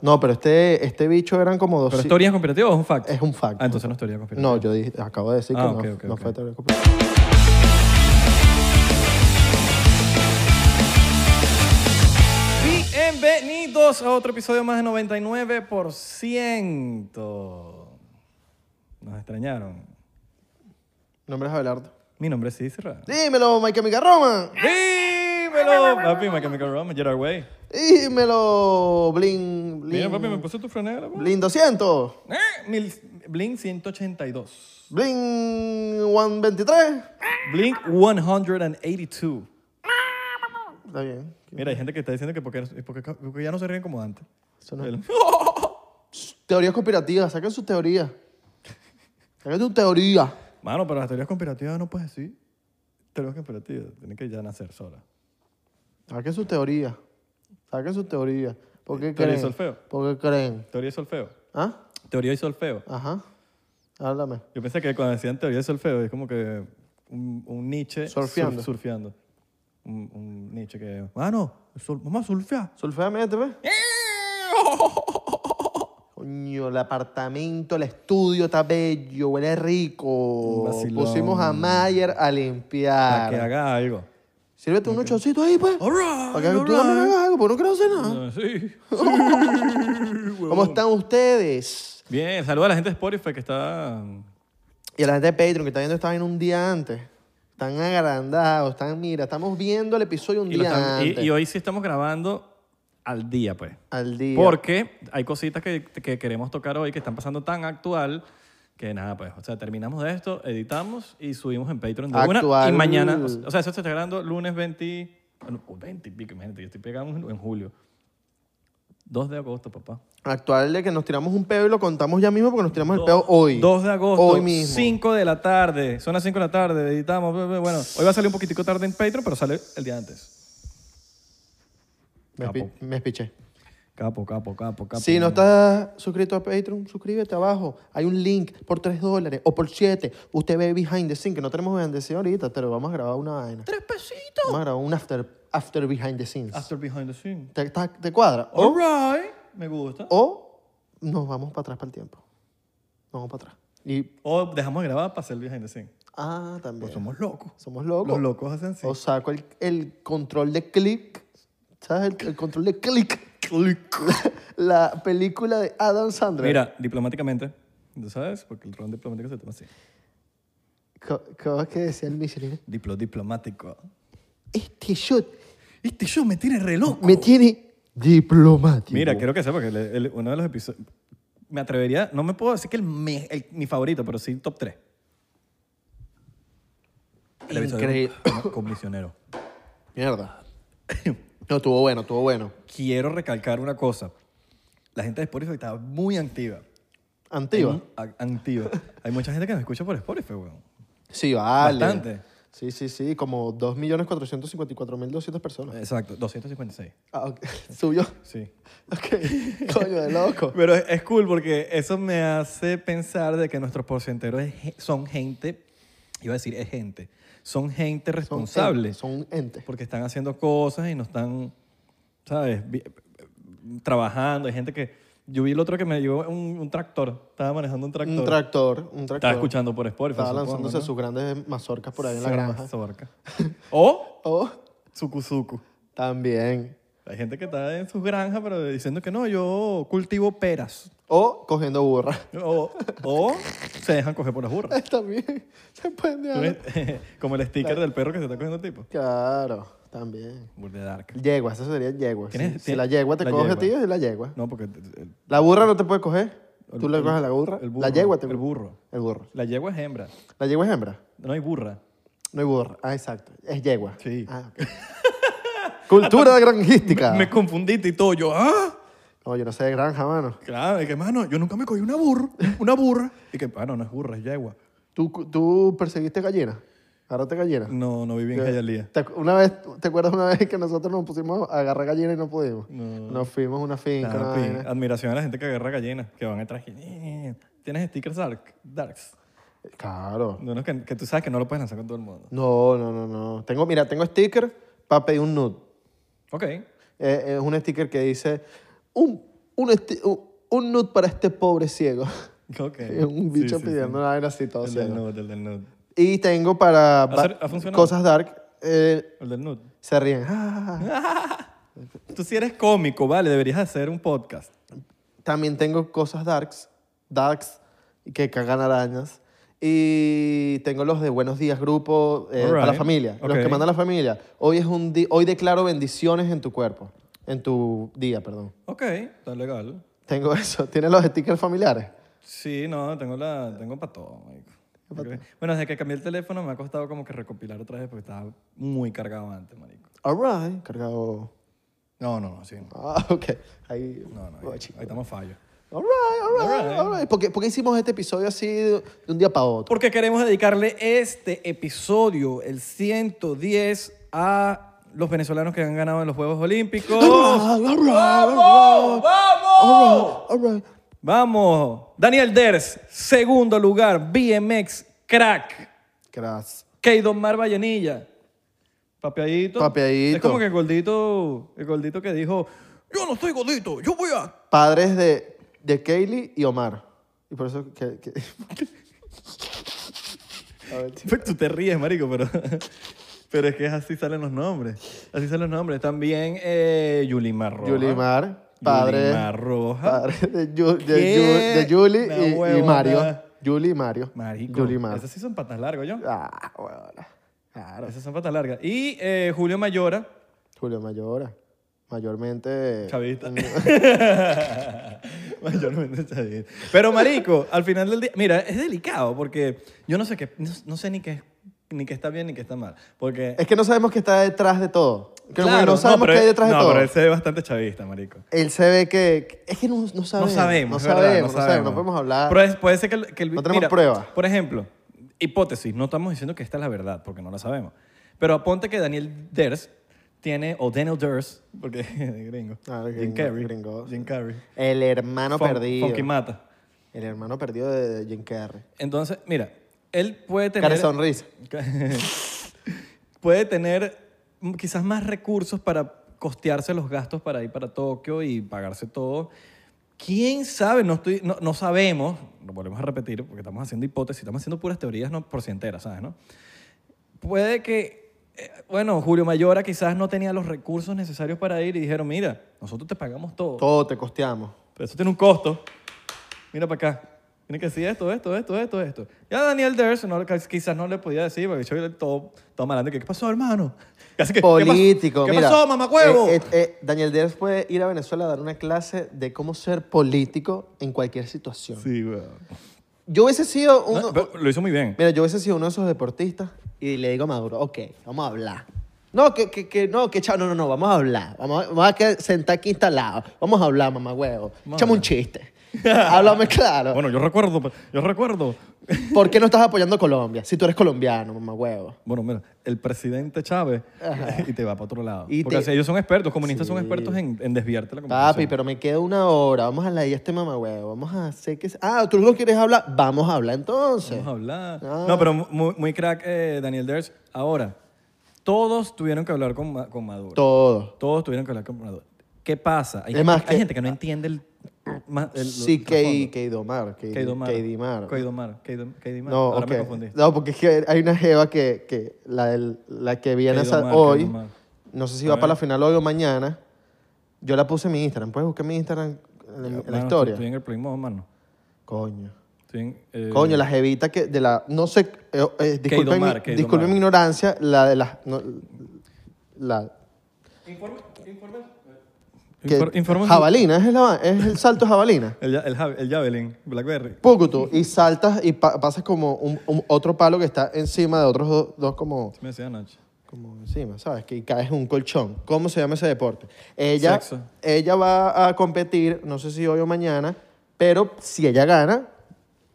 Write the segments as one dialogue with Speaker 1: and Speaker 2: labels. Speaker 1: No, pero este, este bicho eran como dos.
Speaker 2: ¿Pero es teoría conspirativa o es un fact?
Speaker 1: Es un fact.
Speaker 2: Ah, entonces no es teoría conspirativa.
Speaker 1: No, yo dije- acabo de decir
Speaker 2: Ah,
Speaker 1: que
Speaker 2: ok,
Speaker 1: no,
Speaker 2: ok,
Speaker 1: no
Speaker 2: ok.
Speaker 1: fue teoría conspirativa.
Speaker 2: Bienvenidos a otro episodio más de 99%. Nos extrañaron.
Speaker 1: Nombre es Abelardo.
Speaker 2: Mi nombre es Isra.
Speaker 1: Dímelo, Mike Micarroma.
Speaker 2: Dímelo, papi, my chemical romance, get our way.
Speaker 1: Dímelo, Blin. Blin,
Speaker 2: Mira, papi, me puso tu franela. papi.
Speaker 1: Blin 200.
Speaker 2: Eh, mil- Blink 182.
Speaker 1: Blin 123.
Speaker 2: Blink 182.
Speaker 1: Está bien.
Speaker 2: Mira, hay gente que está diciendo que porque, porque- porque ya no se ríen como antes.
Speaker 1: Eso no-
Speaker 2: El-
Speaker 1: Teorías conspirativas, saquen sus teorías. Saquen sus teorías.
Speaker 2: Mano, pero las teorías conspirativas no puedes decir. Teorías conspirativas, tienen que ya nacer solas.
Speaker 1: Saquen sus teorías. Saquen sus teorías. ¿Por qué
Speaker 2: Teoría y
Speaker 1: creen?
Speaker 2: solfeo.
Speaker 1: ¿Por qué creen?
Speaker 2: Teoría y solfeo.
Speaker 1: ¿Ah?
Speaker 2: Teoría y solfeo.
Speaker 1: Ajá. Háblame.
Speaker 2: Yo pensé que cuando decían teoría de solfeo es como que un, un Nietzsche sur-
Speaker 1: Surfeando.
Speaker 2: surfeando. Un, un Nietzsche que, mano, sol- vamos a surfear.
Speaker 1: Solféame este, ve. Coño, el apartamento, el estudio está bello, huele rico.
Speaker 2: Un vacilón.
Speaker 1: Pusimos a Mayer a
Speaker 2: Para que
Speaker 1: limpiar.
Speaker 2: haga algo.
Speaker 1: Sírvete unos chocitos ahí, pues.
Speaker 2: Alright,
Speaker 1: Para que tú también
Speaker 2: alright.
Speaker 1: hagas algo, porque no quiero hacer nada.
Speaker 2: Ah, Sí.
Speaker 1: ¿Cómo están ustedes?
Speaker 2: Bien, saluda a la gente de Spotify que está...
Speaker 1: Y a la gente de Patreon que está viendo esta vaina un día antes. Están agrandados, están, mira, estamos viendo el episodio un
Speaker 2: Y, lo
Speaker 1: día
Speaker 2: están- y-
Speaker 1: antes.
Speaker 2: y hoy sí estamos grabando al día, pues.
Speaker 1: al día.
Speaker 2: Porque hay cositas que, que queremos tocar hoy que están pasando tan actual que nada, pues, o sea, terminamos de esto, editamos y subimos en Patreon de una.
Speaker 1: Actual.
Speaker 2: Y mañana, o sea, eso se está grabando lunes 20, bueno, uy, 20 y pico, imagínate, yo estoy pegado en en julio. 2 de agosto, papá.
Speaker 1: Actual de que nos tiramos un peo y lo contamos ya mismo porque nos tiramos el peo hoy.
Speaker 2: 2 de agosto,
Speaker 1: Hoy mismo.
Speaker 2: 5 de la tarde, son las 5 de la tarde, editamos, bla, bla, bueno, hoy va a salir un poquitico tarde en Patreon, pero sale el día antes.
Speaker 1: Me, espi-
Speaker 2: Capo.
Speaker 1: me espiché.
Speaker 2: Capo, capo, capo, capo.
Speaker 1: Si no estás suscrito a Patreon, suscríbete abajo. Hay un link por 3 dólares o por 7. Usted ve behind the scene, que no tenemos behind the scene ahorita, pero vamos a grabar una vaina.
Speaker 2: Tres pesitos.
Speaker 1: Vamos a grabar un after, after behind the scenes.
Speaker 2: After behind the scene.
Speaker 1: ¿Te, está- te cuadra? O,
Speaker 2: All right. Me gusta.
Speaker 1: o nos vamos para atrás para el tiempo. Nos vamos para atrás. Y,
Speaker 2: O dejamos de grabar para hacer el behind the scene.
Speaker 1: ah,
Speaker 2: Pues
Speaker 1: también.
Speaker 2: somos locos.
Speaker 1: Somos locos.
Speaker 2: Los locos hacen así.
Speaker 1: O saco el, el control de click. ¿Sabes? El, el control de click. La, película de Adam Sandler.
Speaker 2: Mira, diplomáticamente, ¿tú sabes? Porque el ron diplomático se toma así.
Speaker 1: Co- ¿Cómo es que decía el Michelin?
Speaker 2: Diplo diplomático.
Speaker 1: Este shot
Speaker 2: Este show me tiene reloj.
Speaker 1: me tiene diplomático.
Speaker 2: Mira, quiero que sepa que el- el- uno de los episodios... Me atrevería... No me puedo decir que el, me- el- mi favorito, pero sí top 3. El episodio
Speaker 1: Increíble.
Speaker 2: con- con misionero.
Speaker 1: Mierda. No, estuvo bueno, estuvo bueno.
Speaker 2: Quiero recalcar una cosa. La gente de Spotify estaba muy activa.
Speaker 1: Antigua.
Speaker 2: Ac- Activa. Hay mucha gente que nos escucha por Spotify, weón.
Speaker 1: Sí, vale.
Speaker 2: Bastante.
Speaker 1: Sí, sí, sí, como 2.454.200 personas.
Speaker 2: Exacto, 256.
Speaker 1: Ah, ok. Subió.
Speaker 2: Sí.
Speaker 1: Ok. Coño, de loco.
Speaker 2: Pero es- es cool porque eso me hace pensar de que nuestros porcenteros es ge- son gente, iba a decir es gente, son gente
Speaker 1: Son
Speaker 2: responsable
Speaker 1: entes, Son entes.
Speaker 2: porque están haciendo cosas y no están, ¿sabes? Vi- Trabajando. Hay gente que... Yo vi el otro que me llegó un, un tractor, estaba manejando un tractor.
Speaker 1: Un tractor. Un tractor.
Speaker 2: Estaba escuchando por Spotify.
Speaker 1: Estaba
Speaker 2: supongo,
Speaker 1: lanzándose
Speaker 2: ¿no?
Speaker 1: sus grandes mazorcas por ahí en la
Speaker 2: Sí,
Speaker 1: granja.
Speaker 2: mazorca. o
Speaker 1: Oh,
Speaker 2: sucuzuku.
Speaker 1: también.
Speaker 2: Hay gente que está en sus granjas pero diciendo que no, yo cultivo peras.
Speaker 1: O cogiendo burra.
Speaker 2: O, o se dejan coger por las burras.
Speaker 1: también. Se pueden
Speaker 2: Tú
Speaker 1: dejar.
Speaker 2: ves, Como el sticker del perro que se está cogiendo el tipo.
Speaker 1: Claro, también.
Speaker 2: Burda de dark.
Speaker 1: Yegua, esa sería yegua. Si,
Speaker 2: ¿Tienes-
Speaker 1: si
Speaker 2: tienes-
Speaker 1: la yegua te
Speaker 2: la
Speaker 1: coge a ti,
Speaker 2: yegua?
Speaker 1: es la yegua.
Speaker 2: No, porque el,
Speaker 1: La burra no te puede coger.
Speaker 2: El-
Speaker 1: Tú le
Speaker 2: el-
Speaker 1: coges a la burra.
Speaker 2: el
Speaker 1: la
Speaker 2: burro,
Speaker 1: yegua te
Speaker 2: el burro.
Speaker 1: El burro.
Speaker 2: la yegua es hembra.
Speaker 1: ¿La yegua es hembra?
Speaker 2: No hay burra.
Speaker 1: No hay burra. Ah, exacto. Es yegua.
Speaker 2: Sí.
Speaker 1: Ah, ok. Cultura granjística.
Speaker 2: Me confundiste y todo. Yo, ah,
Speaker 1: No, yo no sé de granja, mano.
Speaker 2: claro. Y que, mano, yo nunca me cogí una burra. Una burra. Y que, ah, no, no es burra, es yegua.
Speaker 1: ¿Tú, tú perseguiste gallinas? ¿Agarraste gallinas?
Speaker 2: No, no viví en Jayalía.
Speaker 1: ¿Te, acu- una vez, ¿Te acuerdas una vez que nosotros nos pusimos a agarrar gallinas y no pudimos?
Speaker 2: No.
Speaker 1: Nos fuimos a una finca. una
Speaker 2: Ah, pi-
Speaker 1: vaina.
Speaker 2: Admiración a la gente que agarra gallinas, que van atrás. y- Tienes stickers dark, darks.
Speaker 1: Claro.
Speaker 2: De unos que, que tú sabes que no lo puedes lanzar con todo el mundo.
Speaker 1: No, no, no, no. Tengo, mira, tengo sticker para pedir un nude.
Speaker 2: Ok.
Speaker 1: Eh, es un sticker que dice un un, este- un- un nude para este pobre ciego.
Speaker 2: Ok.
Speaker 1: un
Speaker 2: Sí,
Speaker 1: bicho
Speaker 2: sí, sí.
Speaker 1: pidiendo una vaina así, todo
Speaker 2: El del
Speaker 1: ciego.
Speaker 2: nude, el del nude.
Speaker 1: Y tengo para ba-
Speaker 2: ser- ha funcionado?
Speaker 1: cosas dark. eh,
Speaker 2: El del nude.
Speaker 1: se ríen. Ah.
Speaker 2: Tú sí eres cómico, ¿vale? Deberías hacer un podcast.
Speaker 1: También tengo cosas darks. Darks que cagan arañas. Y tengo los de Buenos Días Grupo eh, para la
Speaker 2: Alright.
Speaker 1: familia. Los que
Speaker 2: Ok.
Speaker 1: manda la familia. Hoy, es un di- hoy declaro bendiciones en tu cuerpo. En tu día, perdón.
Speaker 2: Ok, está legal.
Speaker 1: Tengo eso. ¿Tienes los stickers familiares?
Speaker 2: Sí, no, tengo la tengo para todo, marico. Ok. Bueno, desde que cambié el teléfono me ha costado como que recopilar otra vez porque estaba muy cargado antes, marico.
Speaker 1: All right. Cargado.
Speaker 2: No, no, no, sí. No,
Speaker 1: Ah, ok. Ahí.
Speaker 2: no, no
Speaker 1: Oh,
Speaker 2: ahí,
Speaker 1: chico.
Speaker 2: ahí estamos fallos.
Speaker 1: All right, all right, all
Speaker 2: All
Speaker 1: right.
Speaker 2: right.
Speaker 1: ¿Por qué, por qué hicimos este episodio así de, de un día para otro?
Speaker 2: Porque queremos dedicarle este episodio, el 110, a los venezolanos que han ganado en los Juegos Olímpicos.
Speaker 1: All right, all right, all
Speaker 2: ¡Vamos!
Speaker 1: right,
Speaker 2: ¡Vamos!
Speaker 1: all right.
Speaker 2: Vamos. Daniel Ders, segundo lugar, BMX Crack.
Speaker 1: Gracias.
Speaker 2: Keidomar Vallenilla. Papeadito.
Speaker 1: Papeadito.
Speaker 2: Es como que el gordito, el gordito que dijo, yo no soy gordito, yo voy a...
Speaker 1: Padres de, de Kaylee y Omar. Y por eso que... que- A ver, chico.
Speaker 2: Pues Tú te ríes, marico, pero... Pero es que es así salen los nombres. Así salen los nombres. También eh, Yulimar Roja.
Speaker 1: Yulimar, padre,
Speaker 2: Yulimar Roja.
Speaker 1: padre de, Yu- de,
Speaker 2: ¿Qué?
Speaker 1: Yu- de Yuli
Speaker 2: Una
Speaker 1: y- y,
Speaker 2: huevona.
Speaker 1: Mario. Yuli y Mario.
Speaker 2: Marico.
Speaker 1: Yuli y Mario.
Speaker 2: Esas sí son patas largas, yo.
Speaker 1: Ah, huevona. Ah, Claro.
Speaker 2: Esas son patas largas. Y eh, Julio Mayora.
Speaker 1: Julio Mayora. Mayormente...
Speaker 2: Chavista. Mayormente chavista. Pero marico, al final del día, mira, es delicado porque yo no sé qué, no, no sé ni qué, ni qué está bien ni qué está mal, porque
Speaker 1: Es que no sabemos qué está detrás de todo. Que no-
Speaker 2: Claro,
Speaker 1: no sabemos
Speaker 2: pero-
Speaker 1: qué hay detrás
Speaker 2: no,
Speaker 1: de todo.
Speaker 2: pero él se ve bastante chavista, marico.
Speaker 1: Él se ve que... Es que no, no
Speaker 2: No
Speaker 1: sabemos.
Speaker 2: sabemos,
Speaker 1: No
Speaker 2: es verdad,
Speaker 1: sabemos, no sabemos, no podemos hablar.
Speaker 2: Pero es- puede ser que el, que el-
Speaker 1: No tenemos pruebas.
Speaker 2: Por ejemplo, hipótesis, no estamos diciendo que esta es la verdad, porque no la sabemos. Pero aponte que Daniel Ders tiene, o Daniel Ders, porque es gringo,
Speaker 1: Ah,
Speaker 2: Jim
Speaker 1: gringo-
Speaker 2: Carrey,
Speaker 1: gringo.
Speaker 2: Jim Carrey,
Speaker 1: El hermano
Speaker 2: Fun-
Speaker 1: perdido.
Speaker 2: Funky Mata.
Speaker 1: El hermano perdido de de Jim Carrey.
Speaker 2: Entonces, mira, él puede tener...
Speaker 1: Cara de sonrisa.
Speaker 2: puede tener mm, quizás más recursos para costearse los gastos para ir para Tokio y pagarse todo. ¿Quién sabe? No, estoy, no, no sabemos, lo volvemos a repetir porque estamos haciendo hipótesis, estamos haciendo puras teorías no por si enteras, ¿sabes? No? Puede que, eh, bueno, Julio Mayora quizás no tenía los recursos necesarios para ir y dijeron, mira, nosotros te pagamos todo.
Speaker 1: Todo te costeamos.
Speaker 2: Pero eso tiene un costo. Mira para acá. Tiene que decir esto, esto, esto, esto, esto. Ya Daniel Ders no, quizás no le podía decir, porque yo todo, todo malando. ¿Qué pasó, hermano? Casi que, ¿qué pasó?
Speaker 1: Político.
Speaker 2: ¿Qué
Speaker 1: mira.
Speaker 2: pasó, mamacuevo?
Speaker 1: Eh, eh, eh, Daniel Díaz puede ir a Venezuela a dar una clase de cómo ser político en cualquier situación.
Speaker 2: sí, güey.
Speaker 1: Yo hubiese sido uno...
Speaker 2: No, pero lo hizo muy bien.
Speaker 1: Mira, yo hubiese sido uno de esos deportistas y le digo a Maduro, ok, vamos a hablar. No, que, que, que no, que chao, no, no, no, vamos a hablar. Vamos a, vamos a quedar- sentar aquí instalados. Vamos a hablar, mamá huevo.
Speaker 2: Vamos a
Speaker 1: Échame un
Speaker 2: hablar.
Speaker 1: chiste. Háblame claro.
Speaker 2: Bueno, yo recuerdo, pues, yo recuerdo.
Speaker 1: ¿Por qué no estás apoyando a Colombia? Si tú eres colombiano, mamá huevo.
Speaker 2: Bueno, mira, el presidente Chávez y te va para otro lado.
Speaker 1: Y
Speaker 2: Porque
Speaker 1: te-
Speaker 2: así ellos son expertos, comunistas son
Speaker 1: Sí.
Speaker 2: expertos en, en desviarte la conversación.
Speaker 1: Papi, pero me queda una hora. Vamos a la este mamá huevo. Vamos a hacer que... Ah, ¿tú no quieres hablar? Vamos a hablar entonces.
Speaker 2: Vamos a hablar.
Speaker 1: Ah.
Speaker 2: No, pero muy, muy crack eh, Daniel Ders. Ahora, todos tuvieron que hablar con, Ma- con Maduro.
Speaker 1: Todo.
Speaker 2: Todos tuvieron que hablar con Maduro. ¿Qué pasa? Hay,
Speaker 1: Es
Speaker 2: gente,
Speaker 1: más
Speaker 2: hay
Speaker 1: que-
Speaker 2: gente que no entiende el... ma- el-
Speaker 1: Sí,
Speaker 2: el
Speaker 1: Kei-
Speaker 2: trasfondo.
Speaker 1: Keidomar. Kei-
Speaker 2: Keidomar.
Speaker 1: Keidimar.
Speaker 2: Keidomar. Keidom- Keidimar.
Speaker 1: No,
Speaker 2: Ahora me
Speaker 1: ok.
Speaker 2: confundí.
Speaker 1: No, porque es que hay una jeva que, que la, del- la que viene
Speaker 2: Keidomar,
Speaker 1: esa- hoy,
Speaker 2: Keidomar.
Speaker 1: no sé si va para la final hoy o mañana, yo la puse en mi Instagram. Puedes buscar mi Instagram en, en
Speaker 2: Mano,
Speaker 1: la
Speaker 2: estoy-
Speaker 1: historia.
Speaker 2: Estoy en el Play Mode, mano.
Speaker 1: Coño.
Speaker 2: Estoy en, eh,
Speaker 1: Coño, la jevita que de la... No sé, eh, eh, disculpen,
Speaker 2: Keidomar,
Speaker 1: mi,
Speaker 2: Keidomar.
Speaker 1: disculpen mi ignorancia, la de las... no, la,
Speaker 2: Informe, informe.
Speaker 1: que-
Speaker 2: Infor- informe-
Speaker 1: jabalina, es, la- es el salto jabalina.
Speaker 2: El, ya- el, ja- el Javelin, Blackberry.
Speaker 1: Pucutu, y saltas y pa- pasas como un, un- otro palo que está encima de otros dos- dos como...
Speaker 2: Se me decía anoche.
Speaker 1: como encima, ¿sabes? Que caes en un colchón. ¿Cómo se llama ese deporte? Ella,
Speaker 2: Sexo.
Speaker 1: ella va a competir, no sé si hoy o mañana, pero si ella gana,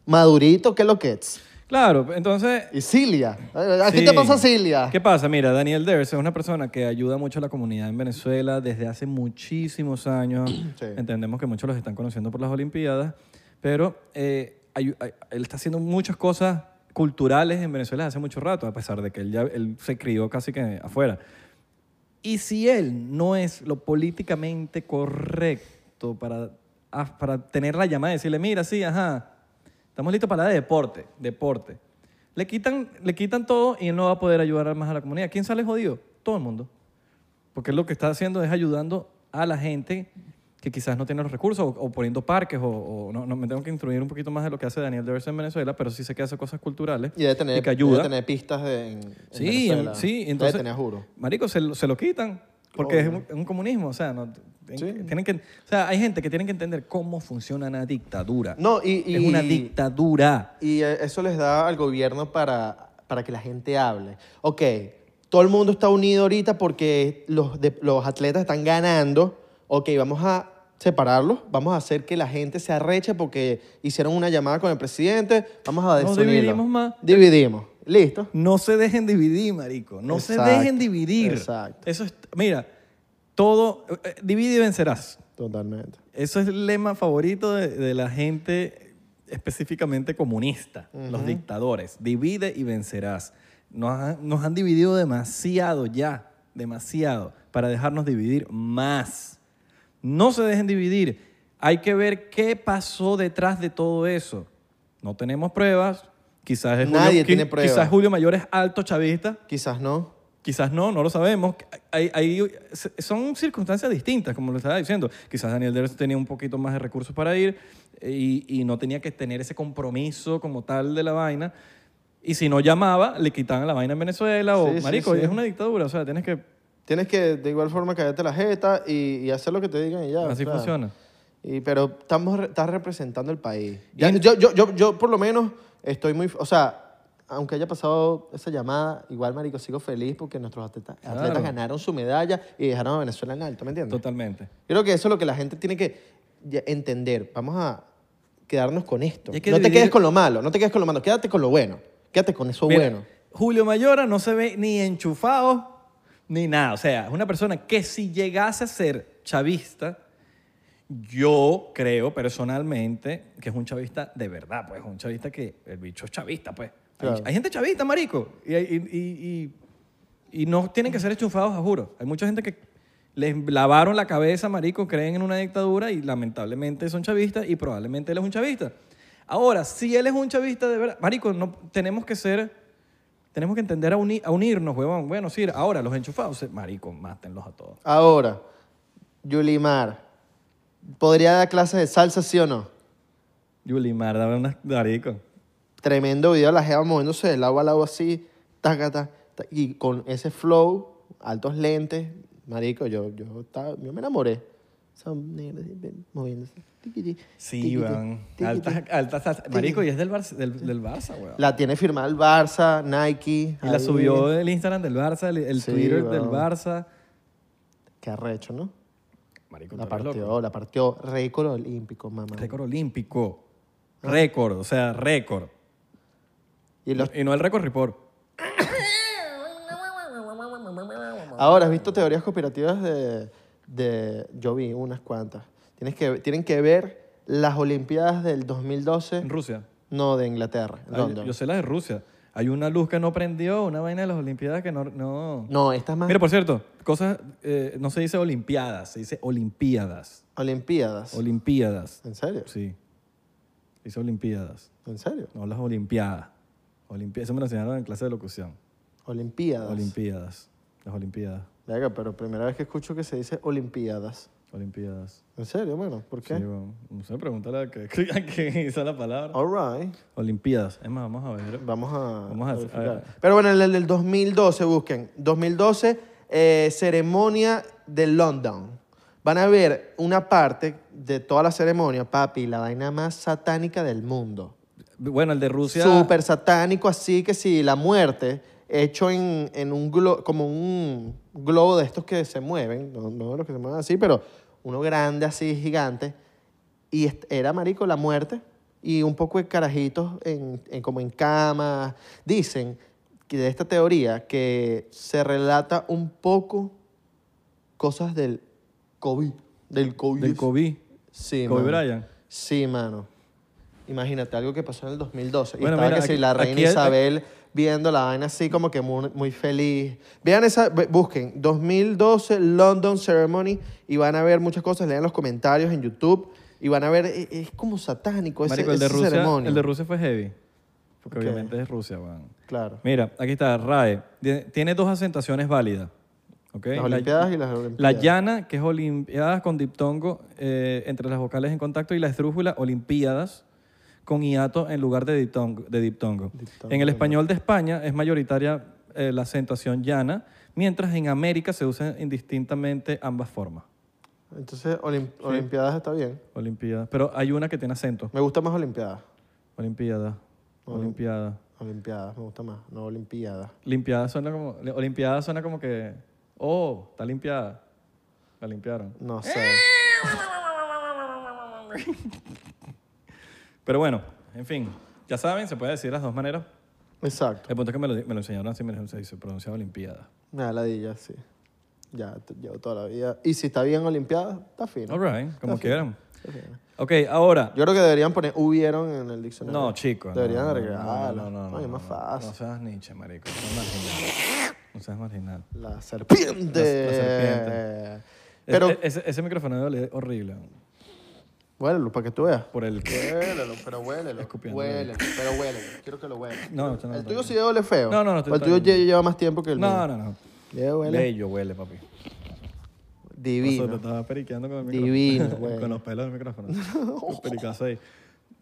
Speaker 1: Madurito, ¿qué lo que es?
Speaker 2: Claro, entonces
Speaker 1: Y Cilia. ¿A qué
Speaker 2: Sí.
Speaker 1: te pasa, Cilia?
Speaker 2: ¿Qué pasa? Mira, Daniel Ders es una persona que ayuda mucho a la comunidad en Venezuela desde hace muchísimos años.
Speaker 1: Sí.
Speaker 2: Entendemos que muchos los están conociendo por las Olimpiadas, pero eh, ayu- ay- él está haciendo muchas cosas culturales en Venezuela desde hace mucho rato, a pesar de que él, ya, él se crió casi que afuera. Y si él no es lo políticamente correcto para a- para tener la llamada y decirle, mira, sí, ajá, estamos listos para la de deporte, deporte. Le quitan, le quitan todo y él no va a poder ayudar más a la comunidad. ¿Quién sale jodido? Todo el mundo. Porque él lo que está haciendo es ayudando a la gente que quizás no tiene los recursos o, o poniendo parques o, o- no, no, me tengo que instruir un poquito más de lo que hace Daniel Devers en Venezuela, pero sí sé que hace cosas culturales
Speaker 1: Y debe tener,
Speaker 2: que ayuda.
Speaker 1: debe tener pistas de- en, en
Speaker 2: Sí, en-
Speaker 1: Venezuela.
Speaker 2: sí, entonces.
Speaker 1: Debe tener, juro.
Speaker 2: Marico, se, lo- se lo quitan porque es
Speaker 1: Obvio.
Speaker 2: un, es un comunismo, o sea, no, tienen
Speaker 1: Sí.
Speaker 2: que- tienen que, o sea, hay gente que tiene que entender cómo funciona una dictadura.
Speaker 1: No, y, y-
Speaker 2: es una dictadura.
Speaker 1: Y eh, eso les da al gobierno para, para que la gente hable. Ok, todo el mundo está unido ahorita porque los, de- los atletas están ganando. Ok, vamos a separarlos, vamos a hacer que la gente se arreche porque hicieron una llamada con el presidente, vamos a
Speaker 2: Nos
Speaker 1: desunirlos.
Speaker 2: dividimos más.
Speaker 1: Dividimos. Listo.
Speaker 2: No se dejen dividir, marico. No se
Speaker 1: Exacto,
Speaker 2: dejen dividir.
Speaker 1: exacto.
Speaker 2: Eso es, mira, todo, eh, eh, divide y vencerás.
Speaker 1: Totalmente.
Speaker 2: Eso es el lema favorito de, de la gente específicamente comunista, los dictadores. Divide y vencerás. Nos han, nos han dividido demasiado ya, demasiado, para dejarnos dividir más. No se dejen dividir. Hay que ver qué pasó detrás de todo eso. No tenemos pruebas. Quizás es
Speaker 1: Nadie
Speaker 2: Julio, qui-
Speaker 1: tiene pruebas.
Speaker 2: Quizás Julio Mayor es alto chavista.
Speaker 1: Quizás no.
Speaker 2: Quizás no, no lo sabemos. Hay- hay- son circunstancias distintas, como lo estaba diciendo. Quizás Daniel Derez tenía un poquito más de recursos para ir eh, y, y no tenía que tener ese compromiso como tal de la vaina. Y si no llamaba, le quitaban la vaina en Venezuela o,
Speaker 1: Sí, sí,
Speaker 2: marico,
Speaker 1: sí.
Speaker 2: es una dictadura. O sea, tienes que...
Speaker 1: Tienes que de igual forma callarte la jeta y, y hacer lo que te digan y ya.
Speaker 2: así
Speaker 1: o sea.
Speaker 2: funciona.
Speaker 1: Y, pero estamos, re- estás representando el país.
Speaker 2: Y
Speaker 1: Ya-
Speaker 2: en-
Speaker 1: yo, yo, yo, yo por lo menos estoy muy... O sea, aunque haya pasado esa llamada, igual, marico, sigo feliz porque nuestros atleta-
Speaker 2: Claro.
Speaker 1: atletas ganaron su medalla y dejaron a Venezuela en alto, ¿me entiendes?
Speaker 2: Totalmente.
Speaker 1: Yo creo que eso es lo que la gente tiene que ya- entender. Vamos a quedarnos con esto.
Speaker 2: Y hay que
Speaker 1: no te
Speaker 2: dividir-
Speaker 1: quedes con lo malo, no te quedes con lo malo. Quédate con lo bueno. Quédate con eso
Speaker 2: Mira,
Speaker 1: bueno.
Speaker 2: Julio Mayora no se ve ni enchufado ni nada. O sea, es una persona que si llegase a ser chavista, yo creo personalmente que es un chavista de verdad, pues. Un chavista que el bicho es chavista, pues. Hay-
Speaker 1: Claro.
Speaker 2: Hay, gente chavista, marico. Y, hay- y- y- y- y no tienen que ser enchufados, a juro. Hay mucha gente que les lavaron la cabeza, marico, creen en una dictadura y lamentablemente son chavistas y probablemente él es un chavista. Ahora, si él es un chavista de verdad, marico, no, tenemos que ser... Tenemos que entender a, uni- a unirnos, huevón. Bueno, sí, ahora los enchufados, eh, marico, mátenlos a todos.
Speaker 1: Ahora, Yulimar, ¿podría dar clases de salsa, sí o no?
Speaker 2: Yulimar, dame unas, marico.
Speaker 1: Tremendo video, la jeva moviéndose del lado al lado así, tacata, y con ese flow, altos lentes, marico, yo, yo, estaba- yo me enamoré. Son negros así, ven, moviéndose. tiquití,
Speaker 2: Sí,
Speaker 1: tiquití,
Speaker 2: weón.
Speaker 1: tiquití.
Speaker 2: Altas, altas, altas- Marico, y es del Barça, del, del Barça weón.
Speaker 1: La tiene firmada el Barça, Nike.
Speaker 2: y la
Speaker 1: ahí.
Speaker 2: subió del Instagram del Barça, el, el
Speaker 1: Sí,
Speaker 2: Twitter del
Speaker 1: weón.
Speaker 2: Barça.
Speaker 1: Qué arrecho, ¿no?
Speaker 2: Marico,
Speaker 1: La
Speaker 2: tú eres loco.
Speaker 1: partió, la partió. Récord olímpico, mamá.
Speaker 2: Récord olímpico. Récord, o sea, récord.
Speaker 1: Y los-
Speaker 2: Y no el récord report.
Speaker 1: Ahora, ¿has visto teorías conspirativas de, de- Yo vi unas cuantas. Tienes que, tienen que ver las Olimpiadas del 2012.
Speaker 2: En Rusia.
Speaker 1: No, de Inglaterra.
Speaker 2: Ay,
Speaker 1: London.
Speaker 2: Ah, yo sé la de Rusia. Hay una luz que no prendió, una vaina de las Olimpiadas que no... no.
Speaker 1: No, estas más
Speaker 2: Mira, por cierto, cosas, eh, no se dice olimpiadas, se dice olimpiadas.
Speaker 1: Olimpiadas.
Speaker 2: Olimpiadas.
Speaker 1: ¿En serio?
Speaker 2: Sí. Dice olimpiadas.
Speaker 1: ¿En serio?
Speaker 2: No las olimpiadas. Olimpi- Eso me lo enseñaron en clase de locución.
Speaker 1: Olimpiadas.
Speaker 2: Olimpiadas. Las olimpiadas.
Speaker 1: Venga, pero primera vez que escucho que se dice Olimpiadas.
Speaker 2: Olimpiadas.
Speaker 1: ¿En serio? Bueno, ¿por qué?
Speaker 2: Sí, bueno, no sé, pregúntale a que- a quién hizo la palabra.
Speaker 1: All right.
Speaker 2: Olimpiadas. Es más, vamos a ver.
Speaker 1: Vamos a.
Speaker 2: Vamos a-
Speaker 1: verificar.
Speaker 2: a ver.
Speaker 1: Pero bueno, el el del 2012, busquen. 2012, eh, ceremonia de London. Van a ver una parte de toda la ceremonia, papi, la vaina más satánica del mundo.
Speaker 2: Bueno, el de Rusia.
Speaker 1: Súper satánico, así que si la muerte, hecho en, en un globo, como un globo de estos que se mueven, no, no los que se mueven así, pero uno grande, así, gigante. Y est- era marico la muerte y un poco de carajitos en, en- como en camas. Dicen que de esta teoría que se relata un poco cosas del COVID. Del COVID.
Speaker 2: Del COVID.
Speaker 1: Sí,
Speaker 2: Kobe
Speaker 1: mano.
Speaker 2: Bryant.
Speaker 1: Sí, mano. Imagínate algo que pasó en el 2012.
Speaker 2: Bueno,
Speaker 1: y estaba
Speaker 2: mira,
Speaker 1: que sí,
Speaker 2: aquí-
Speaker 1: la reina
Speaker 2: aquí-
Speaker 1: Isabel viendo la vaina así como que muy, muy feliz. Vean esa, bu- busquen 2012 London Ceremony y van a ver muchas cosas. Lean los comentarios en YouTube. Y van a ver, e- es como satánico ese,
Speaker 2: Marico, el de,
Speaker 1: esa
Speaker 2: Rusia,
Speaker 1: ceremonia.
Speaker 2: el de Rusia fue heavy. Porque
Speaker 1: Ok.
Speaker 2: obviamente es Rusia, weón.
Speaker 1: Claro.
Speaker 2: Mira, aquí está, RAE. Tiene- Tiene dos asentaciones válidas. ¿ok?
Speaker 1: Las
Speaker 2: La-
Speaker 1: Olimpiadas y las Olimpiadas.
Speaker 2: La llana, que es olimpiadas con diptongo eh, entre las vocales en contacto, y la esdrújula, olimpiadas con hiato en lugar de diptongo. de diptongo.
Speaker 1: Diptongo,
Speaker 2: En el
Speaker 1: ¿no?
Speaker 2: español de España es mayoritaria eh, la acentuación llana, mientras en América se usan indistintamente ambas formas.
Speaker 1: Entonces, olim- Olimpiadas está bien.
Speaker 2: Olimpiadas. Pero hay una que tiene acento.
Speaker 1: Me gusta más Olimpiadas.
Speaker 2: Olimpiada, olimpiada.
Speaker 1: Olimpiadas, me gusta más. No, Olimpiadas.
Speaker 2: Limpiada suena como, olimpiada suena como que, oh, está limpiada. La limpiaron.
Speaker 1: No sé.
Speaker 2: Pero bueno, en fin, ya saben, se puede decir las dos maneras.
Speaker 1: Exacto.
Speaker 2: El punto es que me lo, me lo enseñaron así, me lo se dice, pronuncia Olimpiada.
Speaker 1: Me da ladilla, sí. Ya, t- llevo toda la vida. Y si está bien Olimpiadas, está fino.
Speaker 2: All right, como
Speaker 1: Está
Speaker 2: quieran.
Speaker 1: Está fino.
Speaker 2: Ok, ahora.
Speaker 1: Yo creo que deberían poner hubieron en el diccionario.
Speaker 2: No, chico.
Speaker 1: Deberían
Speaker 2: no, no,
Speaker 1: agregarlo.
Speaker 2: No, no, no.
Speaker 1: Ay,
Speaker 2: no,
Speaker 1: es más
Speaker 2: no.
Speaker 1: fácil.
Speaker 2: No seas Nietzsche, marico. No seas marginal. No seas marginal.
Speaker 1: La serpiente.
Speaker 2: La- la serpiente.
Speaker 1: Pero,
Speaker 2: Pero, E, ese, ese micrófono es horrible.
Speaker 1: huélelo para que tú veas.
Speaker 2: Por el.
Speaker 1: Huélelo, pero huélelo.
Speaker 2: Escupiendo.
Speaker 1: Huélelo, pero huélelo. Quiero que lo hueles.
Speaker 2: No, esto no
Speaker 1: el
Speaker 2: lo
Speaker 1: tuyo
Speaker 2: toco.
Speaker 1: sí huele feo.
Speaker 2: No, no, no, estoy-
Speaker 1: Pero El tuyo
Speaker 2: está bien.
Speaker 1: lle- lleva más tiempo que el mío.
Speaker 2: No, no, no.
Speaker 1: Ya huele.
Speaker 2: Bello huele, papi. Por eso te
Speaker 1: Divino.
Speaker 2: estaba periqueando con el micrófono.
Speaker 1: Divino, güey.
Speaker 2: con los pelos del micrófono. Pericazo ahí.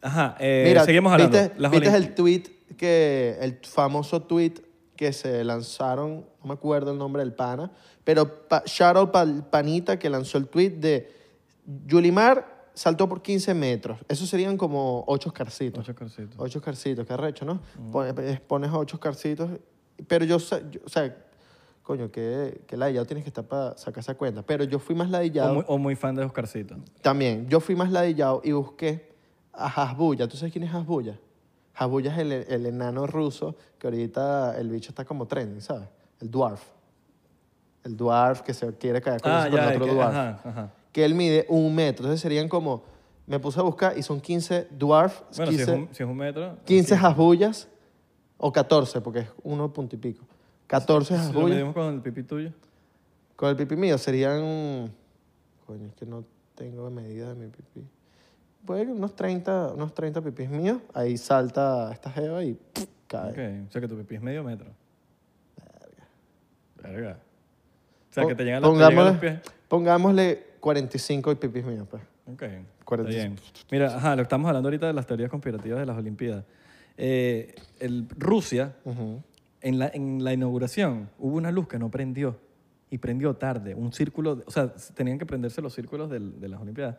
Speaker 2: Ajá, eh,
Speaker 1: Mira,
Speaker 2: seguimos hablando.
Speaker 1: ¿viste,
Speaker 2: Las
Speaker 1: viste
Speaker 2: Olimpi-
Speaker 1: el tweet que, el famoso tweet que se lanzaron, no me acuerdo el nombre del pana, pero pa, shout out pa'l panita que lanzó el tweet de Yulimar saltó por 15 metros. Eso serían como 8 escarcitos.
Speaker 2: Ocho Mm. corcitos.
Speaker 1: 8 escarcitos, qué arrecho, ¿no? Pone- Pones, a 8 escarcitos, pero yo, sa- yo- o sea, coño, que, que ladillado tienes que estar para sacar esa cuenta. Pero yo fui más ladillado.
Speaker 2: O muy, o muy fan de Oscarcito.
Speaker 1: También, yo fui más ladillado y busqué a Hasbulla. ¿Tú sabes quién es Hasbulla? Hasbulla es el, el enano ruso que ahorita el bicho está como trending, ¿sabes? El dwarf. El dwarf que se quiere caer con,
Speaker 2: Ah,
Speaker 1: con
Speaker 2: ya,
Speaker 1: otro
Speaker 2: que-
Speaker 1: dwarf.
Speaker 2: ajá, ajá.
Speaker 1: Que él mide un metro. Entonces serían como, me puse a buscar y son 15 dwarf,
Speaker 2: Bueno, si
Speaker 1: 15,
Speaker 2: es, un, si es un metro.
Speaker 1: 15 Hasbullas o 14, porque es uno punto y pico. 14
Speaker 2: si lo
Speaker 1: Hasbullas.
Speaker 2: medimos con el pipí tuyo.
Speaker 1: Con el pipí mío serían. Coño, es que no tengo medida de mi pipí. Puede que unos 30, unos 30 pipís míos. Ahí salta esta jeva y ¡puf! cae.
Speaker 2: Ok, o sea que tu pipí es medio metro. Verga. Verga. O sea,
Speaker 1: Po-
Speaker 2: que te llegan, los- te llegan los pies.
Speaker 1: pongámosle 45 y pipís míos, pues.
Speaker 2: Ok. Está
Speaker 1: Cuarenta y
Speaker 2: bien. Mira, ajá, lo que estamos hablando ahorita de las teorías conspirativas de las Olimpiadas. Eh, el, Rusia,
Speaker 1: Ujú.
Speaker 2: en la, en la inauguración, hubo una luz que no prendió. Y prendió tarde. Un círculo, de- o sea, s- tenían que prenderse los círculos del- de las Olimpiadas.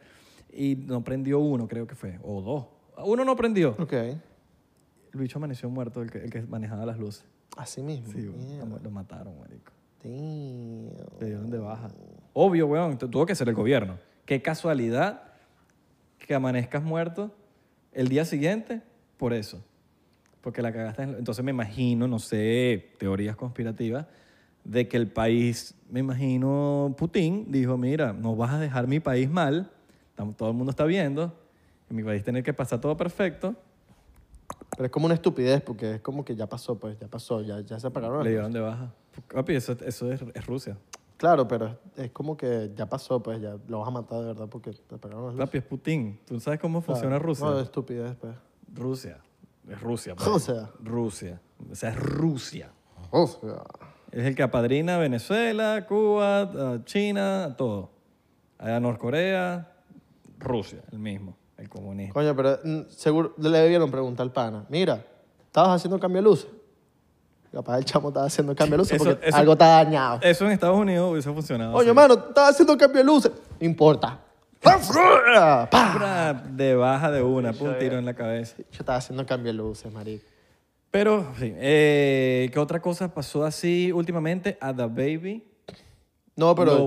Speaker 2: Y no prendió uno, creo que fue, o dos. Uno no prendió.
Speaker 1: Ok.
Speaker 2: El bicho amaneció muerto, el que, el que manejaba las luces.
Speaker 1: Así mismo.
Speaker 2: Sí, weón,
Speaker 1: Mierda.
Speaker 2: lo, lo mataron, marico.
Speaker 1: Damn.
Speaker 2: Le dieron de baja. Obvio, weón, tu- tuvo que ser el gobierno. Qué casualidad que amanezcas muerto el día siguiente por eso. Porque la cagaste. en- Entonces me imagino, no sé, teorías conspirativas, de que el país, me imagino, Putin dijo, mira, no vas a dejar mi país mal, tam- todo el mundo está viendo, en mi país tener que pasar todo perfecto,
Speaker 1: Pero es como una estupidez porque es como que ya pasó, pues ya pasó, ya, ya se apagaron.
Speaker 2: le dieron de baja. Papi, eso, eso es- es Rusia.
Speaker 1: Claro, pero es, es como que ya pasó, pues ya lo vas a matar de verdad porque te apagaron las luces.
Speaker 2: Papi, es Putin. ¿Tú sabes cómo funciona
Speaker 1: Claro.
Speaker 2: Rusia?
Speaker 1: No, de estupidez, pues.
Speaker 2: Rusia. Es Rusia. pues.
Speaker 1: Rusia.
Speaker 2: Rusia. O sea, es Rusia.
Speaker 1: O sea.
Speaker 2: Es el que apadrina a Venezuela, Cuba, a China, a todo. A Norcorea, Rusia, el mismo, el comunista.
Speaker 1: Coño, pero mm, seguro le debieron preguntar al pana. Mira, ¿estabas haciendo cambio de luces? Capaz el chamo estaba haciendo cambio de luces
Speaker 2: Eso-
Speaker 1: porque
Speaker 2: eso- Eh,
Speaker 1: algo está dañado.
Speaker 2: Eso en Estados Unidos hubiese funcionado.
Speaker 1: Coño,
Speaker 2: así.
Speaker 1: mano, estaba haciendo cambio de luces. No importa. ¡Pa!
Speaker 2: Una De baja de una, pum, tiro en la cabeza.
Speaker 1: Yo estaba haciendo cambio de luces, marico.
Speaker 2: Pero, sí. eh, ¿Qué otra cosa pasó así últimamente? A The Baby.
Speaker 1: No, pero,
Speaker 2: Lo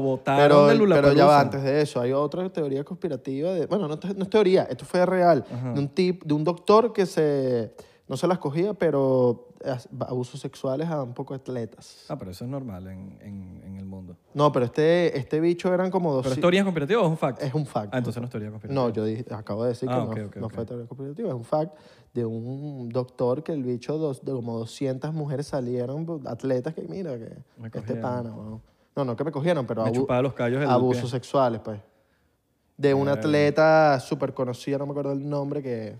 Speaker 1: pero,
Speaker 2: botaron de
Speaker 1: pero ya
Speaker 2: Lollapalooza.
Speaker 1: va antes de eso. Hay otra teoría conspirativa. De, bueno, no, te- no es teoría, esto fue real. De un, tip, de un doctor que se, no se las cogía, pero eh, abusos sexuales a un poco atletas.
Speaker 2: Ah, pero eso es normal en, en- en el mundo.
Speaker 1: No, pero este, este bicho eran como dos.
Speaker 2: ¿Pero es teoría conspirativa o es un fact?
Speaker 1: Es un fact.
Speaker 2: Ah, entonces no es teoría conspirativa.
Speaker 1: No, yo dije- acabo de decir
Speaker 2: Ah,
Speaker 1: que no,
Speaker 2: ok, ok,
Speaker 1: no
Speaker 2: ok.
Speaker 1: fue teoría conspirativa, es un fact de un doctor que el bicho dos- de como 200 mujeres salieron, bu- atletas que mira, que
Speaker 2: Me
Speaker 1: este
Speaker 2: cogieron.
Speaker 1: pana, weón. No, no que me cogieron, pero
Speaker 2: Me
Speaker 1: abu-
Speaker 2: chupaba los callos del
Speaker 1: abusos
Speaker 2: pie.
Speaker 1: sexuales, pues. de una atleta súper conocida, no me acuerdo el nombre, que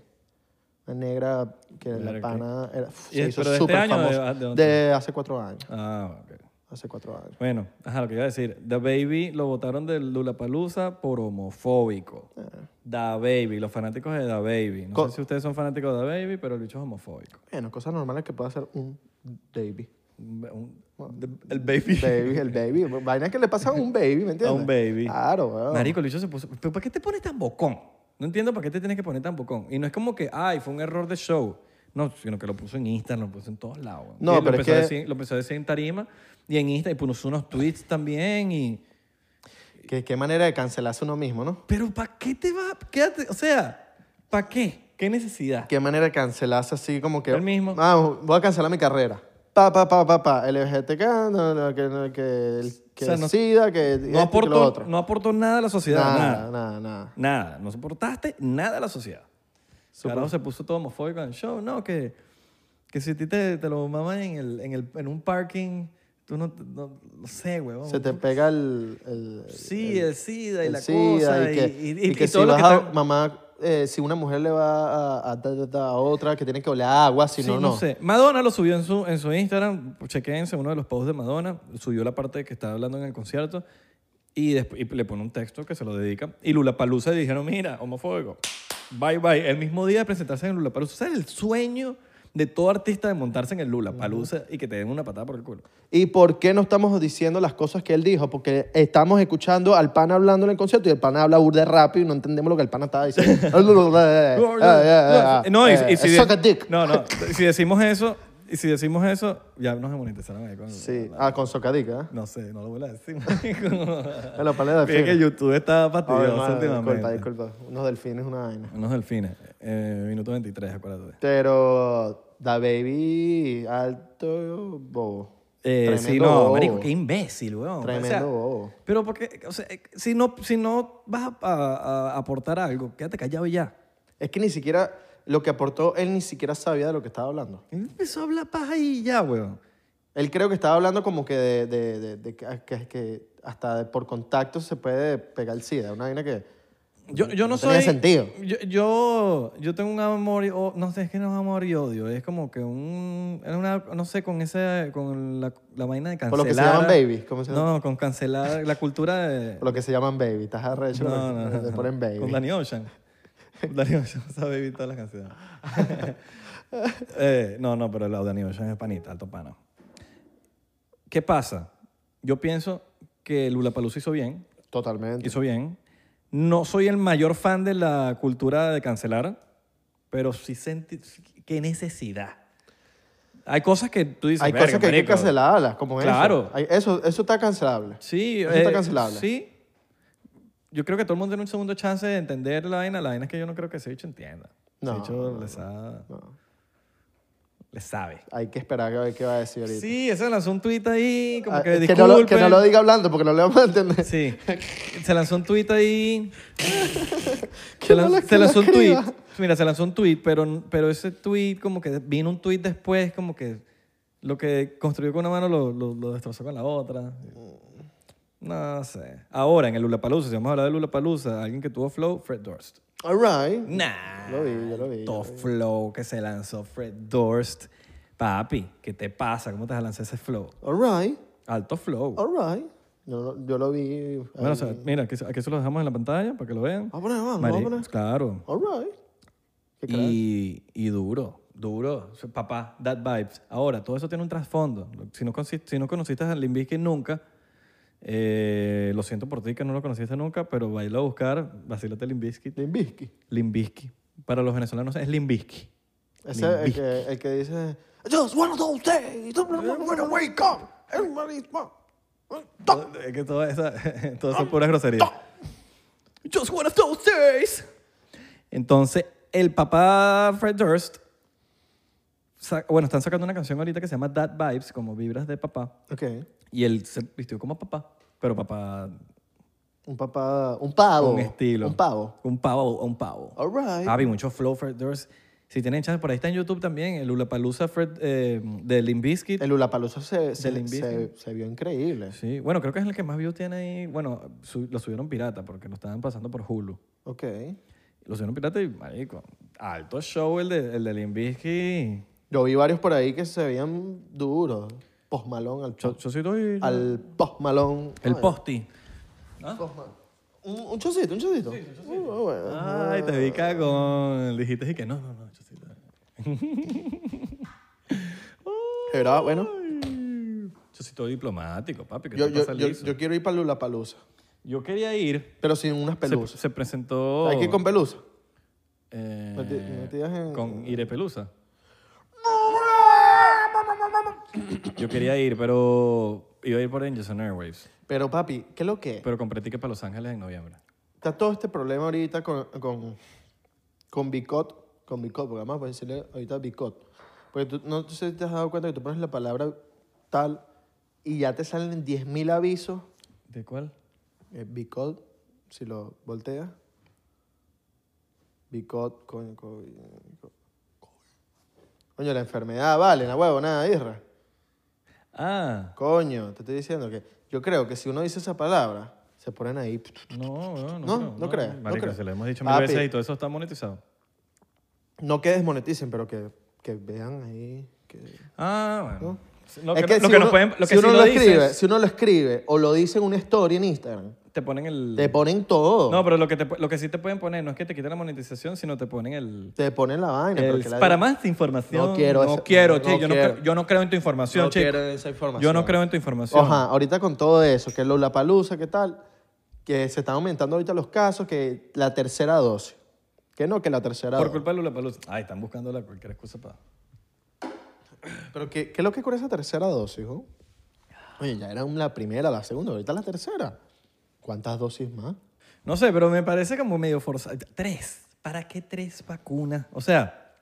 Speaker 1: una negra que
Speaker 2: Verga,
Speaker 1: la
Speaker 2: qué-
Speaker 1: pana era, uf,
Speaker 2: ¿Y
Speaker 1: se
Speaker 2: es-
Speaker 1: hizo
Speaker 2: pero de este
Speaker 1: súper
Speaker 2: año o de-
Speaker 1: famosa.
Speaker 2: de dónde?
Speaker 1: De hace cuatro años.
Speaker 2: Ah, ok.
Speaker 1: Hace cuatro años.
Speaker 2: Bueno, ajá, lo que iba a decir. The Baby lo votaron del Lulapalooza por homofóbico. Da Baby, los fanáticos de Da Baby.
Speaker 1: Ah.
Speaker 2: No
Speaker 1: Co-
Speaker 2: sé si ustedes son fanáticos de Da Baby, pero el bicho es homofóbico.
Speaker 1: Bueno, cosas normales que puede hacer un baby.
Speaker 2: Un- un- el Baby.
Speaker 1: Baby, el baby. Vaina que le pasa a un baby, ¿me entiendes?
Speaker 2: A un baby.
Speaker 1: Claro, weón.
Speaker 2: Marico, el bicho se puso. ¿Pero para qué te pones tan bocón? No entiendo para qué te tienes que poner tan bocón. Y no es como que, ay, fue un error de show. No, sino que lo puso en Instagram, lo puso en todos lados.
Speaker 1: No,
Speaker 2: Y lo
Speaker 1: pero es
Speaker 2: empezó a
Speaker 1: que-
Speaker 2: decir- lo empezó a decir en Tarima y en Instagram y puso unos tweets también y.
Speaker 1: Qué, qué manera de cancelarse uno mismo, ¿no?
Speaker 2: Pero ¿para qué te va? Quédate, o sea, ¿para qué? ¿Qué necesidad?
Speaker 1: Qué manera de cancelarse así como que...
Speaker 2: El mismo.
Speaker 1: Ah, voy a cancelar mi carrera. Pa, pa, pa, pa, pa. LGTQ, no, no, que, no, que, el- que
Speaker 2: O sea, no-
Speaker 1: el SIDA, que esto y que
Speaker 2: No
Speaker 1: lo
Speaker 2: aportó,
Speaker 1: otro.
Speaker 2: no aportó nada a la sociedad,
Speaker 1: nada,
Speaker 2: nada.
Speaker 1: nada, nada.
Speaker 2: Nada, no soportaste nada a la sociedad.
Speaker 1: Súper.
Speaker 2: Carajo se puso todo homofóbico en el show, no, que, que si a ti te, te lo maman en, el, en, el, en un parking, tú no, no, no sé, huevón.
Speaker 1: Se te pega el... el
Speaker 2: Sí, el, SIDA y
Speaker 1: el
Speaker 2: la
Speaker 1: SIDA
Speaker 2: cosa.
Speaker 1: y
Speaker 2: Y,
Speaker 1: que,
Speaker 2: y-
Speaker 1: y
Speaker 2: y-
Speaker 1: que
Speaker 2: y
Speaker 1: si
Speaker 2: todo lo
Speaker 1: vas
Speaker 2: que
Speaker 1: a
Speaker 2: están-
Speaker 1: mamá... eh, si una mujer le va a, a, a- a otra que tiene que oler a agua, si
Speaker 2: Sí,
Speaker 1: no, no.
Speaker 2: no sé. Madonna lo subió en su, en su Instagram. Chequense uno de los posts de Madonna. Subió la parte que estaba hablando en el concierto. Y, desp- y le pone un texto que se lo dedica. Y Lula Palusa dijeron: Mira, homofóbico. Bye bye. El mismo día de presentarse en Lula Palusa. ¿Sabes el sueño de todo artista de montarse en el Lula Palusa y que te den una patada por el culo?
Speaker 1: ¿Y por qué no estamos diciendo las cosas que él dijo? Porque estamos escuchando al pana hablando en el concierto y el pana habla burda rápido y no entendemos lo que el pana estaba diciendo. Eh,
Speaker 2: No, y, y si de-
Speaker 1: Suck a eh, dick.
Speaker 2: no, no. Si decimos eso, y si decimos eso, ya nos demonetizaron ahí con
Speaker 1: Sí, ah, con Suck a dick, ¿eh?
Speaker 2: No sé, no lo voy a decir. marico.
Speaker 1: Me lo pone delfín.
Speaker 2: Fíjate que YouTube está
Speaker 1: Ay,
Speaker 2: fastidioso
Speaker 1: madre,
Speaker 2: últimamente.
Speaker 1: Disculpa, disculpa. Unos delfines, una vaina.
Speaker 2: Unos delfines. Eh, minuto 23, acuérdate.
Speaker 1: Pero Da Baby, alto bobo.
Speaker 2: Eh, sí,
Speaker 1: Tremendo
Speaker 2: no,
Speaker 1: bobo.
Speaker 2: marico, qué imbécil, weón.
Speaker 1: Tremendo
Speaker 2: O sea,
Speaker 1: bobo.
Speaker 2: Pero porque, o sea, eh, si no, si no vas a, a- a aportar algo, quédate callado y ya.
Speaker 1: Es que ni siquiera, lo que aportó, él ni siquiera sabía de lo que estaba hablando.
Speaker 2: Él Empezó a hablar paja y ya, weón.
Speaker 1: Él creo que estaba hablando como que de, de- de- de que- ah, que, que hasta de- por contacto se puede pegar el SIDA. Una vaina que.
Speaker 2: Yo, yo no,
Speaker 1: No
Speaker 2: soy.
Speaker 1: tenía sentido.
Speaker 2: Yo, yo, yo tengo un amor y o- no sé, es que no es amor y odio. Es como que un. era una- no sé, con ese, con la, la vaina de
Speaker 1: Por
Speaker 2: cancelar.
Speaker 1: lo que se llaman babies, ¿cómo se llama?
Speaker 2: No, con cancelar la cultura de.
Speaker 1: Lo que se llaman baby. Estás arrecho.
Speaker 2: No, no, no,
Speaker 1: Te
Speaker 2: no.
Speaker 1: ponen baby.
Speaker 2: Con Danny Ocean. Con Danny Ocean sabe vivir todas las canciones. Eh, no, no, pero el lado de Danny Ocean es panita, alto pana. ¿Qué pasa? Yo pienso que Lula Palusa hizo bien,
Speaker 1: Totalmente.
Speaker 2: hizo bien. No soy el mayor fan de la cultura de cancelar, pero sí sentí qué necesidad. Hay cosas que tú dices,
Speaker 1: Hay
Speaker 2: "Verga,
Speaker 1: cosas que hay que
Speaker 2: marico".
Speaker 1: cancelarlas, como
Speaker 2: Claro.
Speaker 1: eso. Hay- eso. Eso está cancelable.
Speaker 2: Sí, eh,
Speaker 1: Eso está cancelable.
Speaker 2: Sí. Yo creo que todo el mundo tiene un segundo chance de entender la vaina. La vaina es que yo no creo que ese bicho entienda.
Speaker 1: No,
Speaker 2: ese bicho
Speaker 1: no,
Speaker 2: le, sa- le sabe.
Speaker 1: Hay que esperar a ver qué va a decir ahorita.
Speaker 2: Sí, eso lanzó un tuit ahí, como
Speaker 1: Ah,
Speaker 2: que
Speaker 1: que, no lo, que no lo
Speaker 2: disculpen.
Speaker 1: diga hablando porque no le vamos a entender.
Speaker 2: Sí. Se lanzó un tuit ahí.
Speaker 1: Que
Speaker 2: Se,
Speaker 1: no
Speaker 2: lan-
Speaker 1: lo-
Speaker 2: se
Speaker 1: que lo
Speaker 2: lanzó un tuit.
Speaker 1: escriba.
Speaker 2: Mira, se lanzó un tuit, pero, pero ese tuit, como que vino un tuit después, como que lo que construyó con una mano lo, lo- lo destrozó con la otra. No sé. Ahora, en el Lulapalooza, si vamos a hablar de Lulapalooza, alguien que tuvo flow, Fred Durst.
Speaker 1: All right.
Speaker 2: Nah.
Speaker 1: Lo vi, yo lo vi, yo
Speaker 2: Todo flow que se lanzó Fred Durst. Papi, ¿qué te pasa? ¿Cómo te vas a lanzar ese flow?
Speaker 1: All right.
Speaker 2: Alto flow.
Speaker 1: All right. Yo, lo- yo lo vi.
Speaker 2: Bueno, o
Speaker 1: ahí.
Speaker 2: sea, mira, aquí, aquí se lo dejamos en la pantalla para que lo vean.
Speaker 1: Vamos a poner, vamos a
Speaker 2: Marico,
Speaker 1: poner.
Speaker 2: Claro.
Speaker 1: All right. ¿Qué crees?
Speaker 2: Y, y duro, duro. O sea, Papá, that vibes. Ahora, todo eso tiene un trasfondo. Si no, consi- si no conociste a Limbisky nunca, eh, lo siento por ti que no lo conociste nunca, pero baila a buscar, vacílate Limbisky.
Speaker 1: Limp Bizkit.
Speaker 2: Limbisky. Para los venezolanos es Limbisky.
Speaker 1: Ese es el que, el que dice, Just one of those days, I'm gonna wake up, everybody's mom.
Speaker 2: Es que todo, esa, todo son puras groserías. Just one of those days. Entonces, el papá Fred Durst, sa- bueno, están sacando una canción ahorita que se llama That Vibes, como vibras de papá.
Speaker 1: Ok,
Speaker 2: Y él se vistió como papá, pero papá
Speaker 1: un papá, un pavo.
Speaker 2: con estilo. Ah.
Speaker 1: Un pavo.
Speaker 2: Un pavo, un pavo.
Speaker 1: All right.
Speaker 2: Papi, mucho flow Fred Durst. Si tienen chance, por ahí está en YouTube también, el Ulapalooza Fred, eh, de Limp Bizkit.
Speaker 1: El Ulapalooza se, se,
Speaker 2: Del
Speaker 1: se-
Speaker 2: Invisible.
Speaker 1: se vio increíble.
Speaker 2: Sí, bueno, creo que es el que más views tiene ahí. Bueno, su- lo subieron pirata porque lo estaban pasando por Hulu.
Speaker 1: Ok.
Speaker 2: Lo subieron pirata y, marico, alto show el de, el de Limp Bizkit.
Speaker 1: Yo vi varios por ahí que se veían duros. Posmalón al,
Speaker 2: Cho- Chocito y...
Speaker 1: al posmalón.
Speaker 2: el posti.
Speaker 1: Un, un chocito, un chocito. Uh, bueno.
Speaker 2: Ay, te vi
Speaker 1: Ah.
Speaker 2: cagón. Dijiste y que no, no, no, Chocito.
Speaker 1: Era, bueno,
Speaker 2: Chocito diplomático, papi. ¿qué
Speaker 1: yo,
Speaker 2: te
Speaker 1: yo,
Speaker 2: pasa,
Speaker 1: yo,
Speaker 2: liso?
Speaker 1: yo quiero ir para Lulapalooza,
Speaker 2: Yo quería ir.
Speaker 1: pero sin unas
Speaker 2: Se,
Speaker 1: pelusas.
Speaker 2: se presentó...
Speaker 1: Hay que ir con pelusa.
Speaker 2: eh,
Speaker 1: No te- no te digas en-
Speaker 2: Con Ire Pelusa. Yo quería ir, pero iba a ir por Angels and Airwaves.
Speaker 1: Pero papi, ¿qué es lo que? es?
Speaker 2: Pero compré ticket para Los Ángeles en noviembre.
Speaker 1: Está todo este problema ahorita con, con, con Bicot, con Bicot, porque además voy a decirle ahorita Bicot. Porque tú no sé si te has dado cuenta que tú pones la palabra tal y ya te salen 10.000 avisos.
Speaker 2: ¿De cuál?
Speaker 1: Eh, Bicot, si lo volteas. Bicot, coño, coño, coño. Coño, la enfermedad, vale, la huevo, nada, irra.
Speaker 2: Ah,
Speaker 1: Coño, te estoy diciendo que yo creo que si uno dice esa palabra, se ponen ahí.
Speaker 2: no, no, no.
Speaker 1: No, no creas, no
Speaker 2: Marico,
Speaker 1: creas.
Speaker 2: se lo hemos dicho mil
Speaker 1: Papi.
Speaker 2: veces y todo eso está monetizado.
Speaker 1: No que desmoneticen, pero que, que vean ahí. Que...
Speaker 2: Ah, bueno. Lo
Speaker 1: Es
Speaker 2: que, lo
Speaker 1: si
Speaker 2: que nos
Speaker 1: uno-
Speaker 2: pueden, lo
Speaker 1: si
Speaker 2: que
Speaker 1: uno
Speaker 2: sí
Speaker 1: lo
Speaker 2: lo dices,
Speaker 1: escribe, si uno lo escribe o lo dice en una story en Instagram,
Speaker 2: te ponen el...
Speaker 1: te ponen todo.
Speaker 2: No, pero lo que, te pu- lo que sí te pueden poner no es que te quiten la monetización, sino te ponen el...
Speaker 1: Te ponen la vaina.
Speaker 2: el-
Speaker 1: porque la-
Speaker 2: para más información.
Speaker 1: No quiero
Speaker 2: No
Speaker 1: ese-
Speaker 2: quiero,
Speaker 1: no
Speaker 2: chico, yo, no
Speaker 1: quiero.
Speaker 2: creo- yo no creo en tu información,
Speaker 1: no
Speaker 2: chico.
Speaker 1: quiero esa información.
Speaker 2: Yo no creo en tu información.
Speaker 1: Ajá, ahorita con todo eso, que la palusa, ¿qué tal? Que se están aumentando ahorita los casos, que la tercera dosis. Que no, que la tercera
Speaker 2: Por
Speaker 1: dosis.
Speaker 2: culpa de Lula Palusa. Ay, están buscando la cualquier excusa para.
Speaker 1: Pero ¿qué, qué es lo que con esa tercera dosis, jo? Oye, ya era la primera, la segunda, ahorita la tercera. ¿Cuántas dosis más?
Speaker 2: No sé, pero me parece como medio forzado. Tres. ¿Para qué tres vacunas? O sea,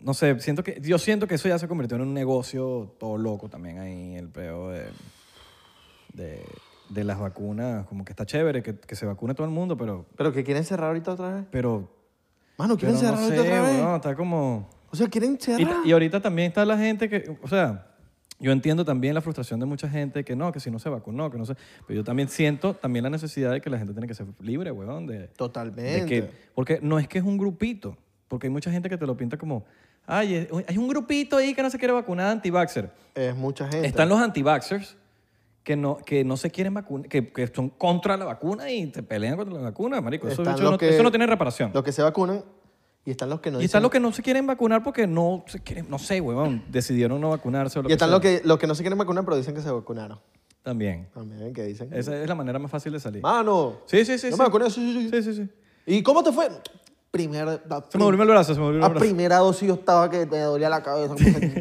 Speaker 2: no sé, siento que, yo siento que eso ya se convirtió en un negocio todo loco también ahí, el peo de, de, de las vacunas. Como que está chévere que, que se vacune todo el mundo, pero.
Speaker 1: ¿Pero que quieren cerrar ahorita otra vez?
Speaker 2: pero
Speaker 1: Mano,
Speaker 2: pero
Speaker 1: ¿quieren
Speaker 2: no
Speaker 1: cerrar ahorita
Speaker 2: sé,
Speaker 1: otra vez?
Speaker 2: weón, está como.
Speaker 1: O sea, ¿quieren
Speaker 2: Y,
Speaker 1: cerrar?
Speaker 2: y ahorita también está la gente que, o sea, yo entiendo también la frustración de mucha gente que no, que si no se vacunó, que no sé. Pero yo también siento también la necesidad de que la gente tiene que ser libre, weón. De, de
Speaker 1: Totalmente.
Speaker 2: que, porque no es que es un grupito, porque hay mucha gente que te lo pinta como, ay, es- hay un grupito ahí que no se quiere vacunar anti-vaxxer.
Speaker 1: Es mucha gente.
Speaker 2: Están los anti-vaxxers que no, que no se quieren vacunar, que, que son contra la vacuna y te pelean contra la vacuna, marico. Eso,
Speaker 1: Están
Speaker 2: eso
Speaker 1: los
Speaker 2: no,
Speaker 1: que-
Speaker 2: eso no tiene reparación.
Speaker 1: Los que se vacunan y están los que no
Speaker 2: Y están
Speaker 1: dicen-
Speaker 2: los que no se quieren vacunar porque no se quieren, no sé, huevón, decidieron no vacunarse o lo
Speaker 1: y están
Speaker 2: sea.
Speaker 1: los que, los que no se quieren vacunar, pero dicen que se vacunaron.
Speaker 2: También.
Speaker 1: También, que dicen.
Speaker 2: Esa es la manera más fácil de salir.
Speaker 1: Mano.
Speaker 2: Sí, sí, sí.
Speaker 1: no
Speaker 2: sí.
Speaker 1: me vacuné, sí, sí, sí.
Speaker 2: Sí, sí, sí.
Speaker 1: ¿Y cómo te fue? Primera. la
Speaker 2: Se me volvió el brazo, se me volvió el
Speaker 1: La
Speaker 2: brazo.
Speaker 1: primera dosis yo estaba que me dolía la cabeza. me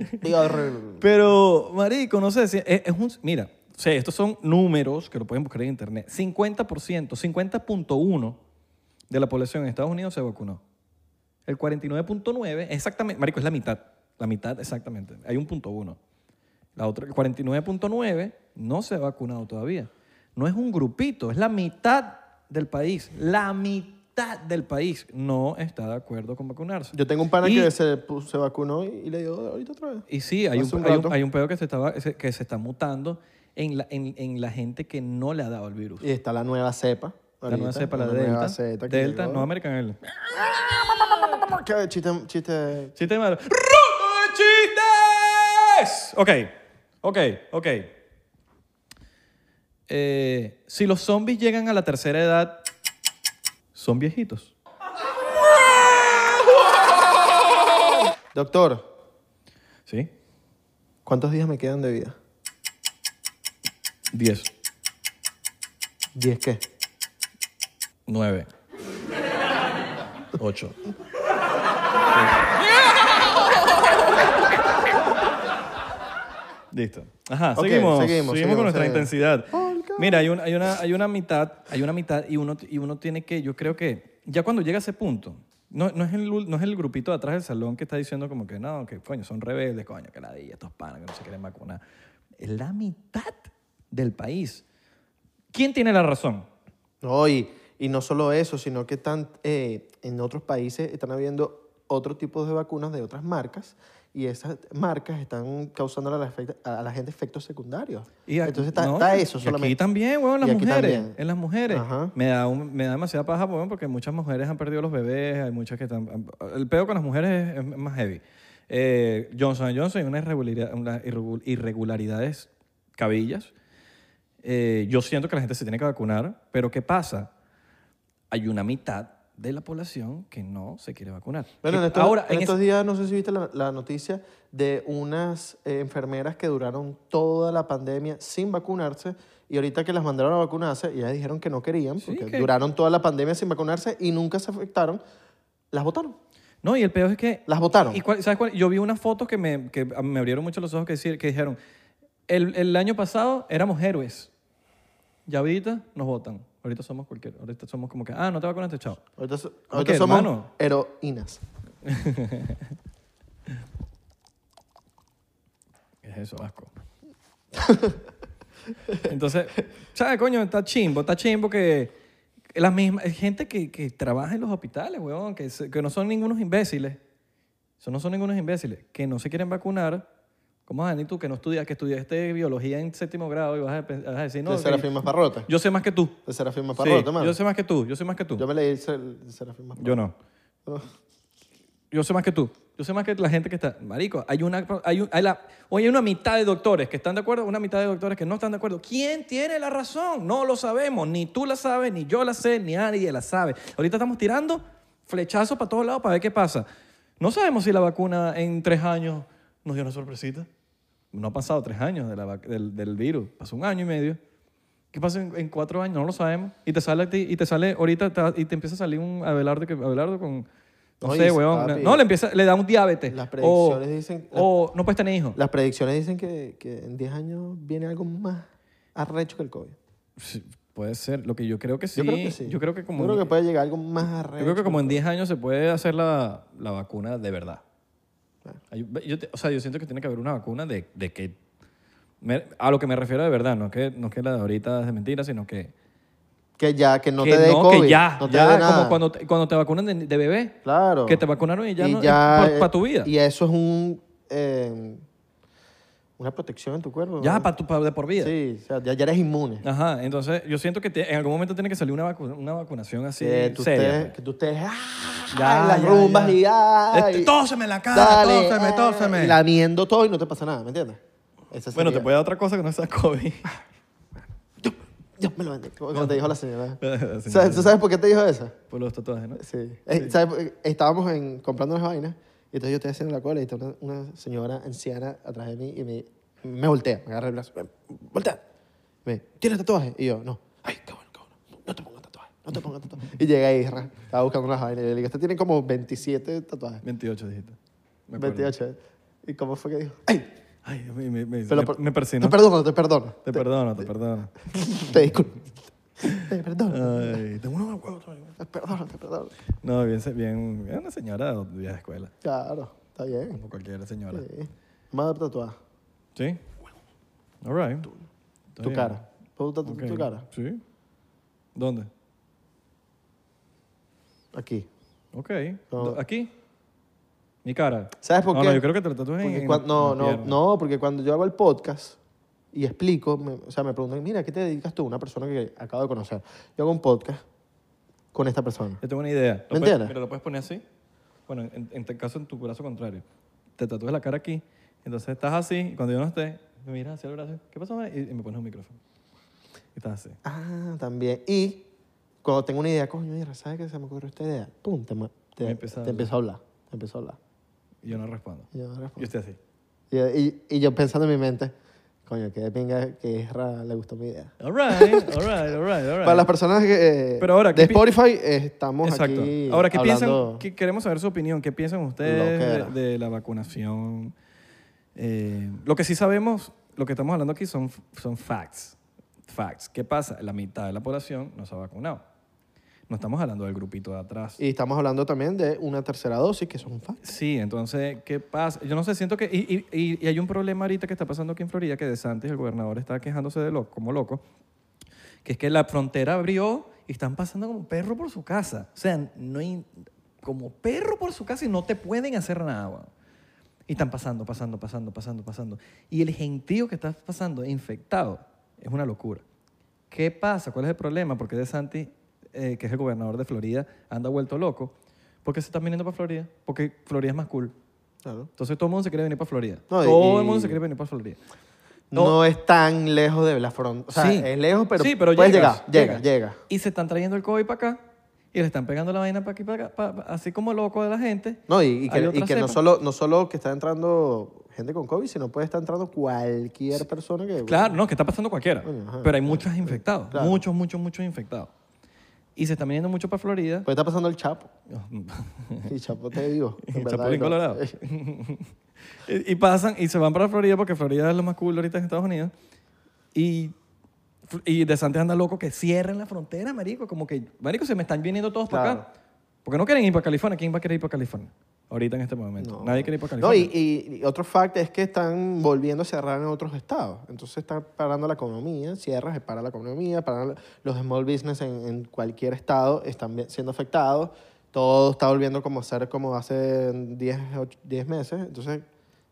Speaker 1: sentía horrible.
Speaker 2: Pero, marico, no sé, si- es, es un... Mira, o sea, estos son números que lo pueden buscar en internet. 50%, 50.1 de la población en Estados Unidos se vacunó. El 49.9, exactamente, marico, es la mitad. La mitad, exactamente. Hay un punto uno. La otra, el 49.9, no se ha vacunado todavía. No es un grupito, es la mitad del país. La mitad del país no está de acuerdo con vacunarse.
Speaker 1: Yo tengo un pana
Speaker 2: Y-
Speaker 1: que se, puso- se vacunó y, y le dio ahorita otra vez.
Speaker 2: y sí, hay un,
Speaker 1: Hace un
Speaker 2: hay un-
Speaker 1: rato.
Speaker 2: hay un pedo que se, estaba, ese- que se está mutando en la, en, en la gente que no le ha dado el virus.
Speaker 1: Y está la nueva cepa.
Speaker 2: la nueva
Speaker 1: ahorita,
Speaker 2: cepa, la
Speaker 1: una nueva
Speaker 2: Delta.
Speaker 1: cepa que
Speaker 2: Delta,
Speaker 1: llegó.
Speaker 2: no American Airlines.
Speaker 1: ¿Qué? Chiste, chiste.
Speaker 2: Chiste malo. ¡Roto de chistes! Ok, ok, ok. Eh, si los zombies llegan a la tercera edad, son viejitos.
Speaker 1: Doctor,
Speaker 2: ¿Sí?
Speaker 1: ¿cuántos días me quedan de vida?
Speaker 2: 10,
Speaker 1: ¿Diez qué?
Speaker 2: 9, 8. Listo. Ajá,
Speaker 1: Ok, seguimos,
Speaker 2: seguimos, seguimos.
Speaker 1: seguimos, eh. Oh,
Speaker 2: con nuestra
Speaker 1: seguimos.
Speaker 2: intensidad.
Speaker 1: Polka.
Speaker 2: Mira, hay, un- hay una, hay una mitad, hay una mitad y uno, y uno tiene que, yo creo que ya cuando llega a ese punto, no, no, es el, ul- no es el grupito de atrás del salón que está diciendo como que no, que coño, son rebeldes, coño, que la di, estos panas que no se quieren vacunar. Es la mitad del país. ¿Quién tiene la razón?
Speaker 1: No, y, y no solo eso, sino que están, eh, en otros países están habiendo otro tipo de vacunas de otras marcas y esas marcas están causando a la, efect- a la gente efectos secundarios.
Speaker 2: Y aquí-
Speaker 1: Entonces está,
Speaker 2: no,
Speaker 1: está eso
Speaker 2: y
Speaker 1: solamente.
Speaker 2: aquí también, weón, las
Speaker 1: Y aquí
Speaker 2: mujeres.
Speaker 1: también.
Speaker 2: En las mujeres.
Speaker 1: Ajá.
Speaker 2: Me da, un- me da demasiada paja, weón, porque muchas mujeres han perdido los bebés, hay muchas que están... El pedo con las mujeres es, es más heavy. Eh, Johnson Johnson hay unas irregularidad- unas irregu- irregularidades cabillas. Eh, yo siento que la gente se tiene que vacunar, pero ¿qué pasa? Hay una mitad de la población que no se quiere vacunar.
Speaker 1: Bueno,
Speaker 2: Que
Speaker 1: en estos,
Speaker 2: ahora,
Speaker 1: en
Speaker 2: en
Speaker 1: estos días, no sé si viste la, la noticia de unas eh, enfermeras que duraron toda la pandemia sin vacunarse y ahorita que las mandaron a vacunarse, ellas dijeron que no querían porque
Speaker 2: que-
Speaker 1: duraron toda la pandemia sin vacunarse y nunca se afectaron, las votaron.
Speaker 2: es- no, y el peor es que
Speaker 1: Las votaron.
Speaker 2: ¿Y cuál- sabes cuál? Yo vi unas fotos que me, que a- me abrieron mucho los ojos que, decir, que dijeron, el, el año pasado éramos héroes. Ya ahorita nos votan. Ahorita somos cualquier, ahorita somos como que, ah, no te vacunaste, chao.
Speaker 1: Ahorita, so- ahorita
Speaker 2: que,
Speaker 1: somos
Speaker 2: hermano?
Speaker 1: heroínas.
Speaker 2: ¿Qué es eso, asco? Entonces, ¿sabes, coño? Está chimbo, está chimbo que las mismas, es gente que, que trabaja en los hospitales, weón, que, se- que no son ningunos imbéciles, eso no son ningunos imbéciles, que no se quieren vacunar. ¿Cómo vas a venir tú que no estudias, que estudiaste biología en séptimo grado y vas a, pe- vas a decir, no,
Speaker 1: de
Speaker 2: que-
Speaker 1: Serafín Masparrota.
Speaker 2: yo sé más que tú.
Speaker 1: De Serafín
Speaker 2: Sí,
Speaker 1: Masparrota, mano.
Speaker 2: yo sé más que tú, yo sé más que tú.
Speaker 1: Yo
Speaker 2: Yo,
Speaker 1: me leí el Ser- el Serafín Masparrota.
Speaker 2: no. Yo sé más que tú. Yo sé más que la gente que está. Marico, hay una. Hay un- hay la, hoy hay una mitad de doctores que están de acuerdo, una mitad de doctores que no están de acuerdo. ¿Quién tiene la razón? No lo sabemos. Ni tú la sabes, ni yo la sé, ni nadie la sabe. Ahorita estamos tirando flechazos para todos lados para ver qué pasa. No sabemos si la vacuna en tres años nos dio una sorpresita. No ha pasado tres años de la vac- del, del virus. Pasó un año y medio. ¿Qué pasa en, en cuatro años? No lo sabemos. Y te sale a ti- y te sale ahorita te- y te empieza a salir un Abelardo, que, Abelardo con... No
Speaker 1: Oye,
Speaker 2: sé, weón.
Speaker 1: papi.
Speaker 2: no, le empieza, le da un diabetes.
Speaker 1: Las predicciones
Speaker 2: o,
Speaker 1: dicen-
Speaker 2: O no puedes tener hijos.
Speaker 1: Las predicciones dicen que, que en 10 años viene algo más arrecho que el COVID.
Speaker 2: Sí, puede ser. Lo que yo creo que sí.
Speaker 1: Yo creo que sí.
Speaker 2: Yo creo que como,
Speaker 1: Yo creo que
Speaker 2: en,
Speaker 1: puede llegar algo más
Speaker 2: yo
Speaker 1: arrecho.
Speaker 2: creo que como en 10 años se puede hacer la, la vacuna de verdad.
Speaker 1: Claro.
Speaker 2: Hay- yo te- o sea, yo siento que tiene que haber una vacuna de, de que... me- a lo que me refiero de verdad, no que, no que la de ahorita es de mentira, sino que...
Speaker 1: Que ya, que no
Speaker 2: que
Speaker 1: te dé
Speaker 2: no,
Speaker 1: COVID.
Speaker 2: que ya.
Speaker 1: no te
Speaker 2: ya,
Speaker 1: dé nada.
Speaker 2: como cuando te, cuando te vacunan de, de bebé.
Speaker 1: Claro.
Speaker 2: Que te vacunaron y ya,
Speaker 1: Y
Speaker 2: no,
Speaker 1: ya, eh,
Speaker 2: para tu vida.
Speaker 1: Y eso es un... eh, una protección en tu cuerpo.
Speaker 2: ya,
Speaker 1: ¿no?
Speaker 2: para tu, pa- de por vida. Ah,
Speaker 1: Sí, o sea, ya, ya eres inmune.
Speaker 2: Ajá, entonces yo siento que te- en algún momento tiene que salir una, vacu- una vacunación así
Speaker 1: que tú
Speaker 2: seria.
Speaker 1: estés...
Speaker 2: pues.
Speaker 1: Que tú estés... ¡ah!
Speaker 2: Ya,
Speaker 1: en las
Speaker 2: ya,
Speaker 1: rumbas
Speaker 2: ya.
Speaker 1: y... ¡ah!
Speaker 2: Este,
Speaker 1: y-
Speaker 2: tóseme en la cara,
Speaker 1: dale,
Speaker 2: tóseme,
Speaker 1: ah,
Speaker 2: tóseme.
Speaker 1: Y lamiendo todo y no te pasa nada, ¿me entiendes? Esa
Speaker 2: Bueno,
Speaker 1: sería-
Speaker 2: te puede dar otra cosa que no sea COVID.
Speaker 1: Dios me lo bendiga. Como como te dijo la señora.
Speaker 2: La
Speaker 1: ¿Sabes-
Speaker 2: señora.
Speaker 1: ¿Tú sabes por qué te dijo eso?
Speaker 2: Por los tatuajes, ¿no?
Speaker 1: Sí. Eh, ¿sabes por qué? Estábamos en- comprando unas vainas y entonces yo estoy haciendo la cola y está una, una señora anciana atrás de mí y me, me voltea, me agarra el brazo. "Ven, Voltea. Me, ¿tienes tatuaje? Y yo, no. Ay, qué bueno, qué bueno. No te pongas tatuaje, no te pongas tatuaje. Y llega Isra, estaba buscando unas vainas y le digo, usted tiene como 27 tatuajes.
Speaker 2: 28 dijiste. Me acuerdo.
Speaker 1: 28. ¿Y cómo fue que dijo? ¡Ay!
Speaker 2: Ay, Dios mío, me, me,
Speaker 1: Pero
Speaker 2: me-
Speaker 1: por-
Speaker 2: me
Speaker 1: Te
Speaker 2: persino.
Speaker 1: perdono, te perdono.
Speaker 2: Te perdono, te perdono.
Speaker 1: Te disculpo. Te perdono,
Speaker 2: Ay, tengo una huevo también.
Speaker 1: te perdono, te perdono.
Speaker 2: No, bien, se- bien. Es una señora de vieja escuela.
Speaker 1: Claro, está bien.
Speaker 2: Como cualquier señora.
Speaker 1: Sí. Madre tatuaje.
Speaker 2: ¿Sí? All right. Está
Speaker 1: Tu
Speaker 2: bien.
Speaker 1: cara. ¿Puedo tatuar
Speaker 2: Ok.
Speaker 1: tu cara?
Speaker 2: Sí. ¿Dónde?
Speaker 1: Aquí.
Speaker 2: Ok.
Speaker 1: No.
Speaker 2: ¿Do- ¿Aquí? Mi cara.
Speaker 1: ¿Sabes por
Speaker 2: no,
Speaker 1: qué?
Speaker 2: No, yo creo que te lo tatúes en,
Speaker 1: Porque
Speaker 2: en
Speaker 1: cuan- no,
Speaker 2: la
Speaker 1: no,
Speaker 2: pierna.
Speaker 1: no, porque cuando yo hago el podcast y explico, me- o sea, me preguntan, mira, ¿qué te dedicas tú? Una persona que acabo de conocer. Yo hago un podcast con esta persona.
Speaker 2: Yo tengo una idea. Lo
Speaker 1: ¿Me
Speaker 2: puedes-
Speaker 1: entiendes?
Speaker 2: Mira, lo puedes poner así. Bueno, en, en tu caso, en tu brazo contrario. Te tatúas la cara aquí. Entonces estás así. Y cuando yo no esté, me miras hacia el brazo. ¿Qué pasó? Y, y me pones un micrófono. Y estás así.
Speaker 1: Ah, también. Y cuando tengo una idea, coño, mira, ¿sabes qué se me ocurrió esta idea? Pum, te, ma- te,
Speaker 2: Me empieza a
Speaker 1: te empiezo a hablar. Te empiezo a hablar.
Speaker 2: Y yo no respondo.
Speaker 1: Y yo, me
Speaker 2: Yo
Speaker 1: respondo.
Speaker 2: estoy así.
Speaker 1: Y, y- y yo pensando en mi mente, coño, qué de pinga que Isra le gustó mi idea.
Speaker 2: All right, all right, all right, all right.
Speaker 1: Para las personas que, eh,
Speaker 2: Pero ahora,
Speaker 1: de
Speaker 2: ¿qué pi-
Speaker 1: Spotify eh, estamos
Speaker 2: Exacto.
Speaker 1: aquí
Speaker 2: Ahora, ¿qué
Speaker 1: hablando-
Speaker 2: piensan? ¿Qué- queremos saber su opinión. ¿Qué piensan
Speaker 1: Loquera.
Speaker 2: ustedes de, de la vacunación? Eh, lo que sí sabemos, lo que estamos hablando aquí son, son facts. Facts. ¿Qué pasa? La mitad de la población no se ha vacunado. No estamos hablando del grupito de atrás.
Speaker 1: Y estamos hablando también de una tercera dosis, que son facts.
Speaker 2: Sí, entonces, ¿qué pasa? Yo no sé, siento que... Y, y- y- y hay un problema ahorita que está pasando aquí en Florida, que de Santis, el gobernador, está quejándose de loco, como loco, que es que la frontera abrió y están pasando como un perro por su casa. O sea, no hay... como perro por su casa y no te pueden hacer nada, weón. Y están pasando, pasando, pasando, pasando, pasando. Y el gentío que está pasando infectado es una locura. ¿Qué pasa? ¿Cuál es el problema? Porque De Santi, eh, que es el gobernador de Florida, anda vuelto loco. Porque se están viniendo para Florida. Porque Florida es más cool.
Speaker 1: Claro.
Speaker 2: Entonces todo el mundo se quiere venir para Florida.
Speaker 1: No, y-
Speaker 2: todo el
Speaker 1: y-
Speaker 2: mundo se quiere venir para Florida.
Speaker 1: No,
Speaker 2: No.
Speaker 1: es tan lejos de la frontera. O sea,
Speaker 2: Sí.
Speaker 1: es lejos, pero,
Speaker 2: Sí, pero
Speaker 1: puedes
Speaker 2: llegas,
Speaker 1: llegar. Llega,
Speaker 2: llegas.
Speaker 1: llega.
Speaker 2: Y se están trayendo el COVID para acá y le están pegando la vaina para aquí, para acá, pa- pa- así como loco de la gente.
Speaker 1: No, y, y
Speaker 2: Hay
Speaker 1: que, y
Speaker 2: otra
Speaker 1: que no,
Speaker 2: cepa.
Speaker 1: solo, no solo que está entrando gente con COVID, sino puede estar entrando cualquier persona que...
Speaker 2: Claro, no, que está pasando cualquiera.
Speaker 1: Coño, ajá,
Speaker 2: pero hay muchos infectados.
Speaker 1: claro.
Speaker 2: Muchos, muchos, muchos infectados. Y se están viniendo mucho para Florida.
Speaker 1: Puede estar pasando el Chapo. Y Chapo te digo. en verdad,
Speaker 2: Chapulín
Speaker 1: no.
Speaker 2: Colorado. y, y pasan y se van para Florida porque Florida es lo más cool ahorita en Estados Unidos. Y, y de Santos anda loco que cierren la frontera, marico. Como que, marico, se me están viniendo todos para
Speaker 1: Claro.
Speaker 2: acá. Porque no quieren ir para California. ¿Quién va a querer ir para California? Ahorita en este momento.
Speaker 1: No.
Speaker 2: Nadie quiere ir para
Speaker 1: No,
Speaker 2: California.
Speaker 1: y, y- y otro fact es que están volviendo a cerrar en otros estados. Entonces están parando la economía, cierras, se para la economía, paran los small business en, en cualquier estado, están vi- siendo afectados. Todo está volviendo como a ser como hace 10, ocho- 10 meses. Entonces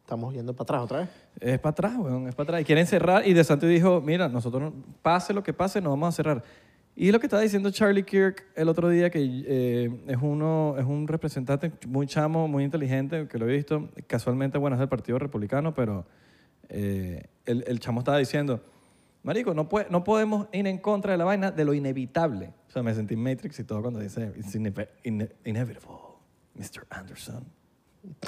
Speaker 1: estamos yendo para atrás otra vez.
Speaker 2: Es para atrás, weón, es para atrás. Y quieren cerrar. Y De Santi dijo, mira, nosotros, no- pase lo que pase, nos vamos a cerrar. Y es lo que estaba diciendo Charlie Kirk el otro día, que eh, es, uno, es un representante muy chamo, muy inteligente, que lo he visto. Casualmente, bueno, es del Partido Republicano, pero eh, el, el chamo estaba diciendo, marico, no, puede, no podemos ir en contra de la vaina de lo inevitable. O sea, me sentí en Matrix y todo cuando dice, it's inev- ine- inevitable, Mr. Anderson.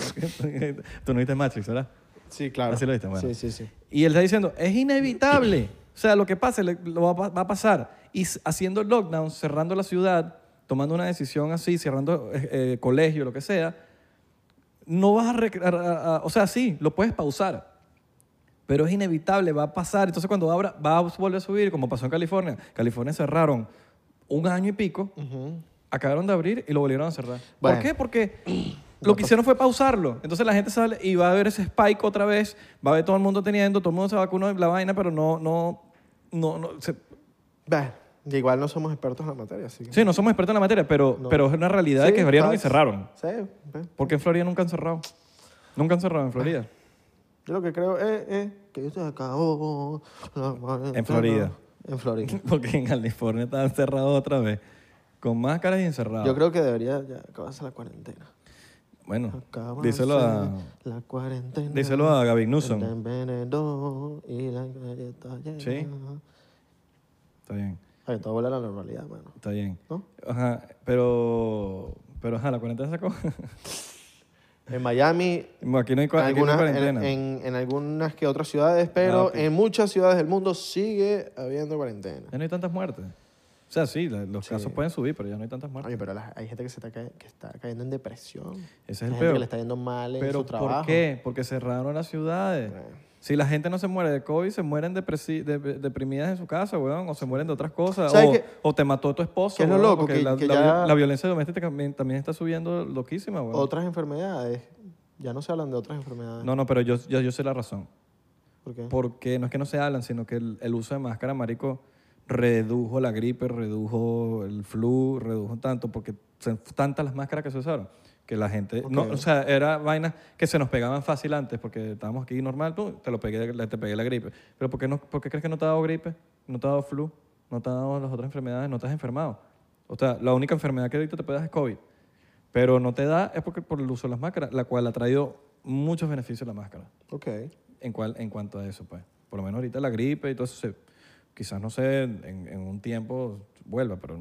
Speaker 2: Tú no viste Matrix, ¿verdad?
Speaker 1: Sí, claro.
Speaker 2: Así lo viste, bueno.
Speaker 1: Sí, sí, sí.
Speaker 2: Y él está diciendo, es inevitable. O sea, lo que pase le- lo va, a pa- va a pasar. Y s- haciendo lockdown, cerrando la ciudad, tomando una decisión así, cerrando eh, eh, colegio, lo que sea, no vas a, rec- a- a- a- O sea, sí, lo puedes pausar. Pero es inevitable, va a pasar. Entonces, cuando abra, va a volver a subir, como pasó en California. California cerraron un año y pico, acabaron de abrir y lo volvieron a cerrar.
Speaker 1: Bueno.
Speaker 2: ¿Por qué? Porque lo que hicieron fue pausarlo. Entonces la gente sale y va a ver ese spike otra vez, va a ver todo el mundo teniendo, todo el mundo se vacunó y la vaina, pero no, no, no, no se-
Speaker 1: Bueno, igual no somos expertos en la materia, así que...
Speaker 2: sí, no somos expertos en la materia, pero,
Speaker 1: No.
Speaker 2: pero es una realidad de
Speaker 1: Sí,
Speaker 2: que abrieron y
Speaker 1: facts.
Speaker 2: cerraron.
Speaker 1: Sí, bueno.
Speaker 2: Porque en Florida nunca han cerrado. Nunca han cerrado en Florida.
Speaker 1: Yo lo que creo es, es que se acabó la cuarentena.
Speaker 2: Florida.
Speaker 1: En Florida.
Speaker 2: Porque en California están cerrados otra vez. Con máscaras y encerrados.
Speaker 1: Yo creo que debería ya acabarse la cuarentena.
Speaker 2: Bueno,
Speaker 1: Acabarse
Speaker 2: díselo a,
Speaker 1: La cuarentena.
Speaker 2: díselo a Gavin
Speaker 1: El
Speaker 2: Newsom.
Speaker 1: envenenó y la calle está llena.
Speaker 2: Sí. Está bien,
Speaker 1: Ay, todo vuelve a la normalidad, mano.
Speaker 2: está bien.
Speaker 1: ¿No?
Speaker 2: Ajá, pero, pero ajá, la cuarentena sacó.
Speaker 1: En Miami,
Speaker 2: Aquí no hay,
Speaker 1: en,
Speaker 2: cua- aquí no hay
Speaker 1: algunas- en,
Speaker 2: cuarentena.
Speaker 1: en- en algunas que otras ciudades, pero
Speaker 2: Nada, pi-
Speaker 1: en muchas ciudades del mundo sigue habiendo cuarentena.
Speaker 2: Ya no hay tantas muertes. O sea, sí, la- los casos pueden subir, pero ya no hay tantas muertes.
Speaker 1: Oye, pero la- hay gente que, se está ca- que está cayendo en depresión.
Speaker 2: Ese es el
Speaker 1: Hay gente que
Speaker 2: peor.
Speaker 1: le está yendo mal en
Speaker 2: ¿Pero
Speaker 1: su trabajo.
Speaker 2: por qué? Porque cerraron las ciudades. Si la gente no se muere de COVID, se mueren depresi- de- deprimidas en su casa, weón, o se mueren de otras cosas,
Speaker 1: ¿Sabes
Speaker 2: o,
Speaker 1: qué?
Speaker 2: o te mató tu esposo.
Speaker 1: ¿Qué es lo
Speaker 2: weón,
Speaker 1: loco?
Speaker 2: porque
Speaker 1: Que-
Speaker 2: la,
Speaker 1: que
Speaker 2: la-
Speaker 1: ya-
Speaker 2: la violencia doméstica también, también está subiendo loquísima, weón.
Speaker 1: Otras enfermedades. Ya no se hablan de otras enfermedades.
Speaker 2: No, no, pero yo, yo, yo sé la razón.
Speaker 1: ¿Por qué?
Speaker 2: Porque no es que no se hablan, sino que el, el uso de máscara, marico, redujo la gripe, redujo el flu, redujo tanto, porque se- tantas las máscaras que se usaron, que la gente... No,
Speaker 1: Ok.
Speaker 2: o sea, era vainas que se nos pegaban fácil antes, porque estábamos aquí normal, tú, te, lo pegué, la- te pegué la gripe. Pero ¿por qué, no, ¿por qué crees que no te ha dado gripe? No te ha dado flu, no te ha dado las otras enfermedades, no te has enfermado. O sea, la única enfermedad que ahorita te puede dar es COVID. Pero no te da es porque por el uso de las máscaras, la cual ha traído muchos beneficios la máscara
Speaker 1: Ok.
Speaker 2: en, cual, en cuanto a eso, pues. Por lo menos ahorita la gripe y todo eso, se- quizás, no sé, en, en un tiempo vuelva, pero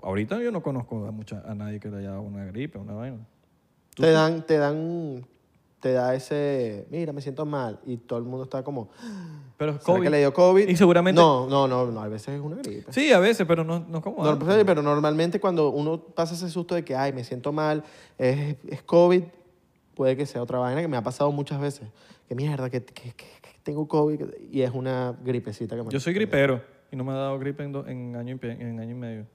Speaker 2: ahorita yo no conozco a, mucha, a nadie que le haya dado una gripe, una vaina.
Speaker 1: Te dan, te dan, te da ese, mira, me siento mal. Y todo el mundo está como,
Speaker 2: Pero es
Speaker 1: ¿será
Speaker 2: COVID.
Speaker 1: que le dio COVID?
Speaker 2: Y seguramente...
Speaker 1: No, no, no, no, a veces es una gripe.
Speaker 2: Sí, a veces, pero no, no es como...
Speaker 1: No,
Speaker 2: antes.
Speaker 1: pues, pero normalmente cuando uno pasa ese susto de que, ay, me siento mal, es, es COVID, puede que sea otra vaina que me ha pasado muchas veces. Que mierda, que, que- que- que tengo COVID que- y es una gripecita que me
Speaker 2: yo soy gripero y no me ha dado gripe en, do- en año, y, pe- en año y medio.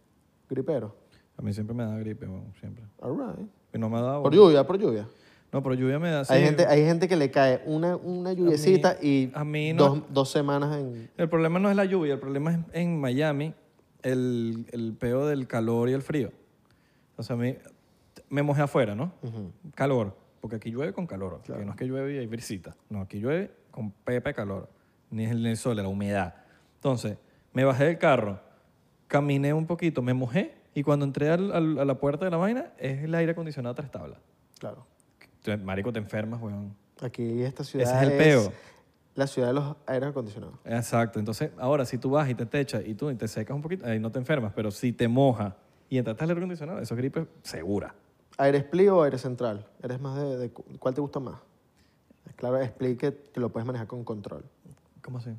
Speaker 1: Gripero.
Speaker 2: A mí siempre me da gripe, bueno, siempre.
Speaker 1: All right.
Speaker 2: Y no me ha dado...
Speaker 1: Por lluvia, por lluvia.
Speaker 2: No, pero lluvia me da... Ah, sí.
Speaker 1: Hay, gente, hay gente que le cae una, una lluviecita y
Speaker 2: a mí no-
Speaker 1: dos, dos semanas en...
Speaker 2: El problema no es la lluvia, el problema es en Miami el, el peo del calor y el frío. O sea, a mí, me mojé afuera, ¿no? Calor, porque aquí llueve con calor. Que no es que llueve y hay brisita. No, aquí llueve con pepe de calor. Ni es el sol, la humedad. Entonces, me bajé del carro, caminé un poquito, me mojé y cuando entré al- al- a la puerta de la vaina es el aire acondicionado tres tablas.
Speaker 1: Claro.
Speaker 2: Te- Marico, te enfermas, weón.
Speaker 1: Aquí esta ciudad
Speaker 2: es el peo.
Speaker 1: la ciudad de los aires acondicionados.
Speaker 2: Exacto. Entonces, ahora, si tú vas y te techas y tú y te secas un poquito, ahí no te enfermas, pero si te mojas y entraste al aire acondicionado, eso es gripe segura.
Speaker 1: ¿Aire split o aire central? ¿Eres más de, de cu- cuál te gusta más? Claro, split que, que lo puedes manejar con control.
Speaker 2: ¿Cómo así?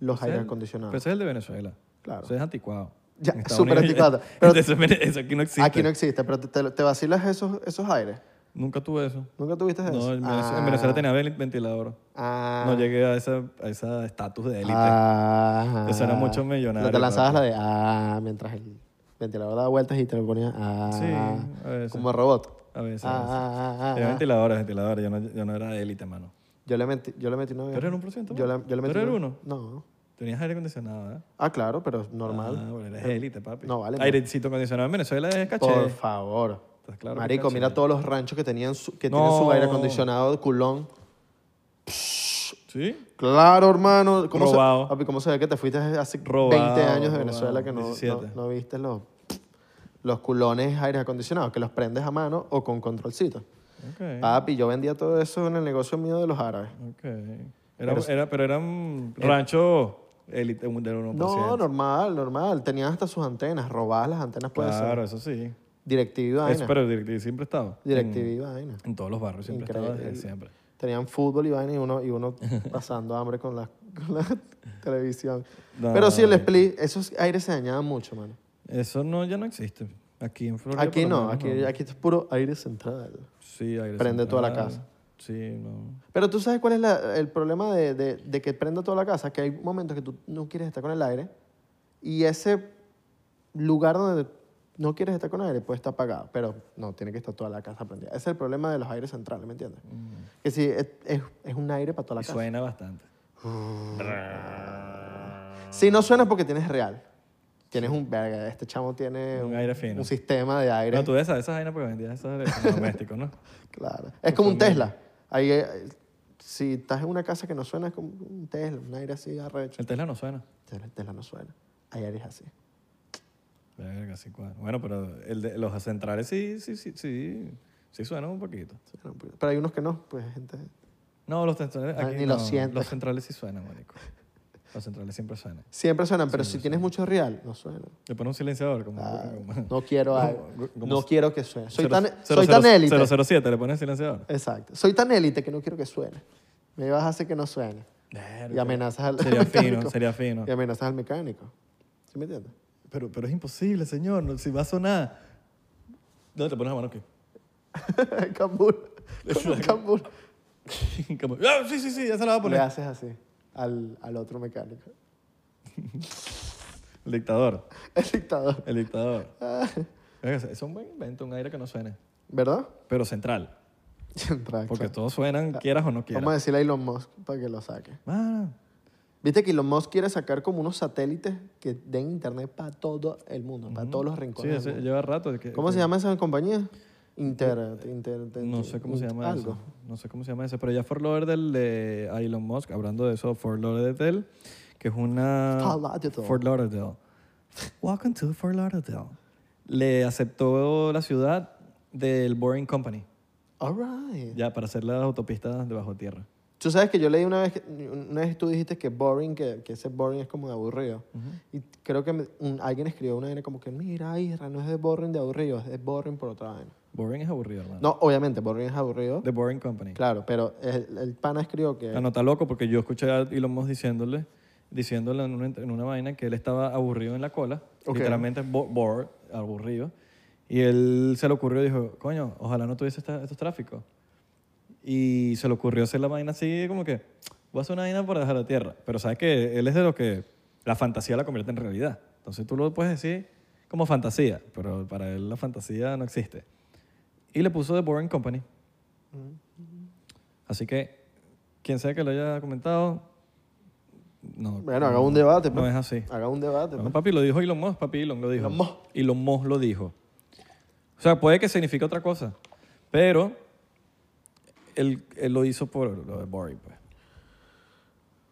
Speaker 1: Los
Speaker 2: Ese
Speaker 1: aires
Speaker 2: es el-
Speaker 1: acondicionados.
Speaker 2: Pero ese es el de Venezuela.
Speaker 1: Claro.
Speaker 2: Eso es anticuado.
Speaker 1: Ya,
Speaker 2: En Estados
Speaker 1: súper
Speaker 2: Unidos-
Speaker 1: anticuado. Pero-
Speaker 2: eso, es Vene- eso aquí no existe.
Speaker 1: Aquí no existe, pero te, te- te vacilas esos, esos aires.
Speaker 2: Nunca tuve eso.
Speaker 1: ¿Nunca tuviste eso?
Speaker 2: No, en Venezuela, en
Speaker 1: Ah.
Speaker 2: Venezuela tenía ven- ventilador.
Speaker 1: Ah.
Speaker 2: No llegué a esa a esa estatus de élite.
Speaker 1: Ah.
Speaker 2: Eso era mucho millonario,
Speaker 1: Te lanzabas la
Speaker 2: papi.
Speaker 1: de ah, mientras el ventilador daba vueltas y te lo ponías ah.
Speaker 2: Sí, a veces.
Speaker 1: Como robot.
Speaker 2: A veces.
Speaker 1: Ah,
Speaker 2: a veces.
Speaker 1: ah, ah,
Speaker 2: Era
Speaker 1: ah.
Speaker 2: ventilador, ventilador. Yo no, yo no era élite, mano.
Speaker 1: Yo le metí, yo le metí una vez.
Speaker 2: ¿Tú eres un por ciento,
Speaker 1: Yo
Speaker 2: no?
Speaker 1: le, yo le
Speaker 2: ¿Tú
Speaker 1: metí
Speaker 2: eres
Speaker 1: una-
Speaker 2: uno?
Speaker 1: No.
Speaker 2: Tenías aire acondicionado, ¿eh?
Speaker 1: Ah, claro, pero es normal.
Speaker 2: Ah, bueno, eres élite, papi.
Speaker 1: No, vale,
Speaker 2: Airecito acondicionado en Venezuela es caché.
Speaker 1: Por favor.
Speaker 2: Estás Ah, claro que
Speaker 1: Marico,
Speaker 2: caché.
Speaker 1: mira todos los ranchos que, tenían su- que
Speaker 2: No.
Speaker 1: tienen su aire acondicionado, culón.
Speaker 2: ¿Sí?
Speaker 1: Claro, hermano. ¿Cómo
Speaker 2: Robado.
Speaker 1: Se, papi, ¿cómo se ve que te fuiste hace
Speaker 2: Robado,
Speaker 1: 20 años de
Speaker 2: robado.
Speaker 1: Venezuela que no,
Speaker 2: 17.
Speaker 1: no- no viste los, los culones aires acondicionados, que los prendes a mano o con controlcito?
Speaker 2: Ok.
Speaker 1: Papi, yo vendía todo eso en el negocio mío de los árabes.
Speaker 2: ok. Era, era- pero eran ranchos élite un- del 1%.
Speaker 1: No, normal, normal. Tenían hasta sus antenas, robadas las antenas, puede
Speaker 2: Claro,
Speaker 1: ser.
Speaker 2: eso sí.
Speaker 1: Directv y
Speaker 2: Eso,
Speaker 1: vaina.
Speaker 2: pero directivo siempre estaba.
Speaker 1: DirecTV
Speaker 2: Mm.
Speaker 1: y vaina.
Speaker 2: En todos los barrios siempre estaba.
Speaker 1: Increíble.
Speaker 2: desde Siempre.
Speaker 1: Tenían fútbol y vaina y uno, y uno pasando hambre con la, con la televisión.
Speaker 2: No,
Speaker 1: Pero sí, el
Speaker 2: no.
Speaker 1: split, esos aires se dañaban mucho, mano.
Speaker 2: Eso no, ya no existe. Aquí en Florida.
Speaker 1: Aquí
Speaker 2: por lo
Speaker 1: no,
Speaker 2: menos,
Speaker 1: aquí, aquí es puro aire central.
Speaker 2: Sí, aire
Speaker 1: prende toda la
Speaker 2: central.
Speaker 1: casa.
Speaker 2: Sí, no.
Speaker 1: Pero tú sabes cuál es la- el problema de, de- de que prenda toda la casa, que hay momentos que tú no quieres estar con el aire y ese lugar donde no quieres estar con aire, pues está apagado, pero no, tiene que estar toda la casa prendida. Ese es el problema de los aires centrales, ¿me entiendes? Que sí, es, es- es un aire para toda la
Speaker 2: Mm. Y
Speaker 1: casa.
Speaker 2: suena bastante. Ah.
Speaker 1: Si no suena es porque tienes real. Tienes un verga, este chamo tiene
Speaker 2: Un aire fino.
Speaker 1: un sistema de aire.
Speaker 2: No, tú de esas, esas vainas porque vendías esas de domésticos, ¿no?
Speaker 1: Claro. Es como un Tesla. Ahí, eh, si estás en una casa que no suena, es como un Tesla, un aire así arrecho.
Speaker 2: El Tesla no suena.
Speaker 1: Pero El Tesla no suena. Hay aires así.
Speaker 2: Verga, sí, cuadra. Bueno, pero el de, los centrales sí, sí, sí, sí, sí suenan un poquito.
Speaker 1: Suena un poquito. Pero hay unos que no, pues gente.
Speaker 2: No, los centrales
Speaker 1: Ah,
Speaker 2: aquí
Speaker 1: ni
Speaker 2: no.
Speaker 1: lo sientes.
Speaker 2: Los centrales sí suenan, marico. Los centrales siempre suenan.
Speaker 1: Siempre suenan, pero si tienes mucho real, no suena.
Speaker 2: Le ponen un silenciador como... como-
Speaker 1: Ah, No quiero, a-
Speaker 2: como-
Speaker 1: no quiero que suene. Soy
Speaker 2: cero-
Speaker 1: tan,
Speaker 2: cero-
Speaker 1: soy tan
Speaker 2: cero-
Speaker 1: élite.
Speaker 2: 007, le ponen silenciador.
Speaker 1: Exacto. Soy tan élite que no quiero que suene. Me vas a hacer que no suene. Y
Speaker 2: Verga.
Speaker 1: amenazas al
Speaker 2: Sería
Speaker 1: mecánico.
Speaker 2: fino, sería fino.
Speaker 1: Y amenazas al mecánico. ¿Sí me entiendes?
Speaker 2: Pero, pero es imposible, señor. no- Si va a sonar... ¿Dónde te pones la mano aquí?
Speaker 1: Cambur. Como un cambur.
Speaker 2: Como, "Ah, sí, sí, sí, ya se la va a
Speaker 1: Le
Speaker 2: poner.
Speaker 1: haces así al, al otro mecánico.
Speaker 2: El dictador.
Speaker 1: El dictador. Ah,
Speaker 2: El dictador. Verga, Es un buen invento, un aire que no suene.
Speaker 1: ¿Verdad?
Speaker 2: Pero central.
Speaker 1: Central,
Speaker 2: Porque
Speaker 1: claro.
Speaker 2: todos suenan, quieras o no quieras.
Speaker 1: Vamos a decirle a Elon Musk para que lo saque.
Speaker 2: Mano,
Speaker 1: Viste que Elon Musk quiere sacar como unos satélites que den internet para todo el mundo, para todos los
Speaker 2: sí,
Speaker 1: rincones. del
Speaker 2: eso
Speaker 1: mundo.
Speaker 2: lleva rato. que-
Speaker 1: ¿Cómo
Speaker 2: que-
Speaker 1: se llama esa compañía? Inter, inter,
Speaker 2: Eh, No sé cómo se
Speaker 1: int-
Speaker 2: llama
Speaker 1: algo.
Speaker 2: eso. No sé cómo se llama eso. Pero ya Fort Lauderdale de a Elon Musk, hablando de eso, Fort Lauderdale, que es una...
Speaker 1: Fort Lauderdale.
Speaker 2: Fort Lauderdale. Welcome to Fort Lauderdale. Le aceptó la ciudad del Boring Company,
Speaker 1: All right.
Speaker 2: ya, para hacer las autopistas de bajo tierra.
Speaker 1: Tú sabes que yo leí una vez, que- una vez tú dijiste que boring, que, que ese boring es como de aburrido. Y creo que me- un- alguien escribió una vaina como que, mira, Isra, no es de boring de aburrido, es de boring por otra vaina.
Speaker 2: Boring es aburrido, hermano.
Speaker 1: No, obviamente, boring es aburrido.
Speaker 2: The Ah. Boring Company.
Speaker 1: Claro, pero el, el pana escribió que...
Speaker 2: Ah, no, está loco porque yo escuché a Elon Musk diciéndole, diciéndole en una, ent- en una vaina que él estaba aburrido en la cola,
Speaker 1: Ok.
Speaker 2: literalmente bo- bored, aburrido, y él se le ocurrió, dijo, coño, ojalá no tuviese esta- estos tráficos. Y se le ocurrió hacer la vaina así, como que, voy a hacer una vaina para dejar la tierra. Pero sabes que él es de lo que la fantasía la convierte en realidad. Entonces tú lo puedes decir como fantasía, pero para él la fantasía no existe. Y le puso The Boring Company. Así que, quien sea que lo haya comentado, no.
Speaker 1: Bueno, haga un debate.
Speaker 2: No
Speaker 1: pues.
Speaker 2: es así. Ah.
Speaker 1: Haga un debate.
Speaker 2: No,
Speaker 1: pues.
Speaker 2: papi, lo dijo Elon Musk, papi Elon lo dijo.
Speaker 1: Elon Musk.
Speaker 2: Elon Musk lo dijo. O sea, puede que signifique otra cosa, pero él, él lo hizo por lo de Boring, pues.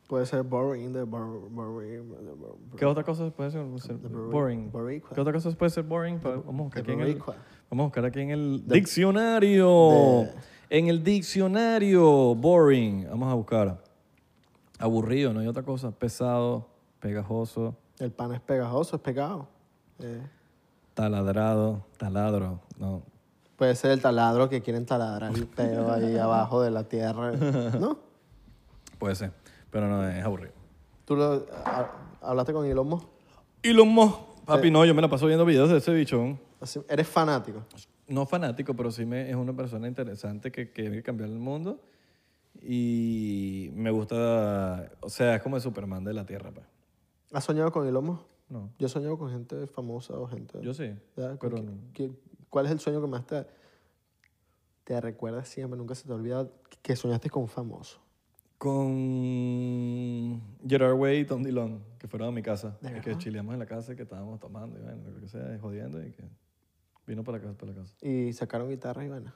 Speaker 1: Puede ser boring, de bor- boring, pues. de bor-
Speaker 2: ¿Qué otra cosa puede ser ser
Speaker 1: The borri-
Speaker 2: boring?
Speaker 1: boricua.
Speaker 2: ¿Qué otra cosa puede ser boring? Pa- Vamos a buscar aquí en el,
Speaker 1: boricua.
Speaker 2: vamos a buscar aquí en el
Speaker 1: The-
Speaker 2: diccionario. En el diccionario, boring. Vamos a buscar. Aburrido, no hay otra cosa. Pesado, pegajoso,
Speaker 1: El pan es pegajoso, es pegado. Eh,
Speaker 2: taladrado, taladro. No.
Speaker 1: Puede ser el taladro que quieren taladrar el peo ahí abajo de la tierra, ¿no?
Speaker 2: Puede ser, pero no es aburrido.
Speaker 1: ¿Tú lo, a- hablaste con Elon Musk?
Speaker 2: Y los Papi, no, yo me la paso viendo videos de ese bichón.
Speaker 1: Así- Eres fanático.
Speaker 2: no fanático, pero sí me, es una persona interesante que que quiere cambiar el mundo. Y me gusta, o sea, es como el Superman de la Tierra, pues.
Speaker 1: ¿Has soñado con Elon Musk?
Speaker 2: No,
Speaker 1: Yo he soñado con gente famosa o gente...
Speaker 2: yo sí.
Speaker 1: ¿verdad?
Speaker 2: pero
Speaker 1: ¿Qué-
Speaker 2: no.
Speaker 1: qué- ¿Cuál es el sueño que más te, te recuerda siempre? Nunca se te olvida que soñaste con un famoso.
Speaker 2: Con Gerard Way y Tom Dillon, que fueron a mi casa.
Speaker 1: ¿De
Speaker 2: y que
Speaker 1: verdad?
Speaker 2: chileamos en la casa y que estábamos tomando y bueno, lo que sea, y jodiendo y que vino para la casa, para la casa.
Speaker 1: Y sacaron guitarra y bueno.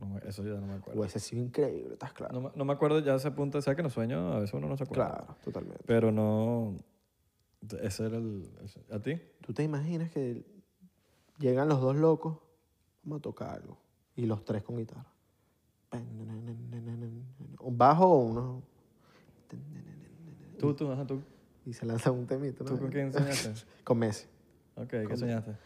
Speaker 2: No me- eso ya no me acuerdo.
Speaker 1: Hubiese sido increíble, estás claro.
Speaker 2: No, me- no me acuerdo ya a ese punto, ¿sabes que en los sueños a veces uno no se acuerda?
Speaker 1: Claro, totalmente.
Speaker 2: Pero no, ese era el, ese- ¿a ti?
Speaker 1: ¿Tú te imaginas que llegan los dos locos? Vamos a tocar algo. Y los tres con guitarra. Un bajo o uno.
Speaker 2: Tú, tú, ajá, tú.
Speaker 1: Y se lanza un temito. ¿no?
Speaker 2: ¿Tú con quién soñaste?
Speaker 1: Con Messi.
Speaker 2: Ok, ¿qué soñaste?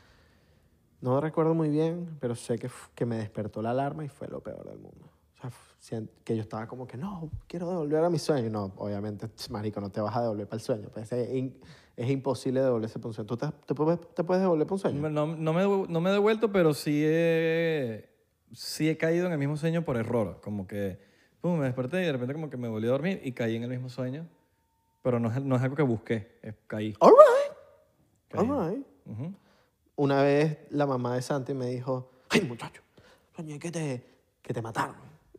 Speaker 1: No recuerdo muy bien, pero sé que, f- que me despertó la alarma y fue lo peor del mundo. O sea, f- sien- que yo estaba como que no, quiero devolver a mi sueño. No, obviamente, ch, marico, no te vas a devolver para el sueño. pues, es, in- es imposible devolverse para un sueño. ¿Tú te, te puedes, te puedes devolver para un sueño?
Speaker 2: No, no me, devu- no me he devuelto, pero sí he, sí he caído en el mismo sueño por error. Como que, pum, me desperté y de repente como que me volví a dormir y caí en el mismo sueño. Pero no es, no es algo que busqué, es caí.
Speaker 1: All right,
Speaker 2: caí.
Speaker 1: all right.
Speaker 2: Ujú.
Speaker 1: Una vez la mamá de Santi me dijo, ay, muchacho, soñé que te, que te mataron.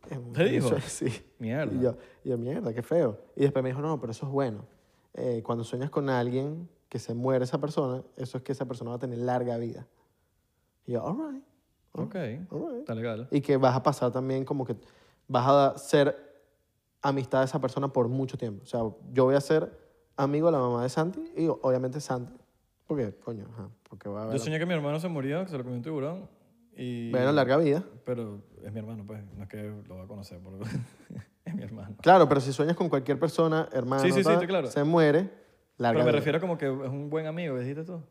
Speaker 1: En un-
Speaker 2: ¿Te
Speaker 1: en un
Speaker 2: dijo?
Speaker 1: sueño, Sí.
Speaker 2: Mierda.
Speaker 1: Y yo, y yo, mierda, qué feo. Y después me dijo, no, pero eso es bueno. Eh, cuando sueñas con alguien que se muere esa persona, eso es que esa persona va a tener larga vida. Y yo, all right, all
Speaker 2: Ok,
Speaker 1: all right".
Speaker 2: está legal.
Speaker 1: Y que vas a pasar también como que vas a ser amistad de esa persona por mucho tiempo. O sea, yo voy a ser amigo de la mamá de Santi y obviamente Santi. Porque, coño, ajá, porque va a
Speaker 2: Yo
Speaker 1: haber...
Speaker 2: soñé que mi hermano se murió, que se lo comió un tiburón. Y,
Speaker 1: Bueno, larga vida.
Speaker 2: Pero es mi hermano, pues, no es que lo va a conocer, por- es mi hermano.
Speaker 1: Claro, pero si sueñas con cualquier persona, hermano,
Speaker 2: Sí, sí, sí,
Speaker 1: tal,
Speaker 2: está claro.
Speaker 1: se muere, larga
Speaker 2: Pero me
Speaker 1: vida.
Speaker 2: refiero como que es un buen amigo, dijiste tú.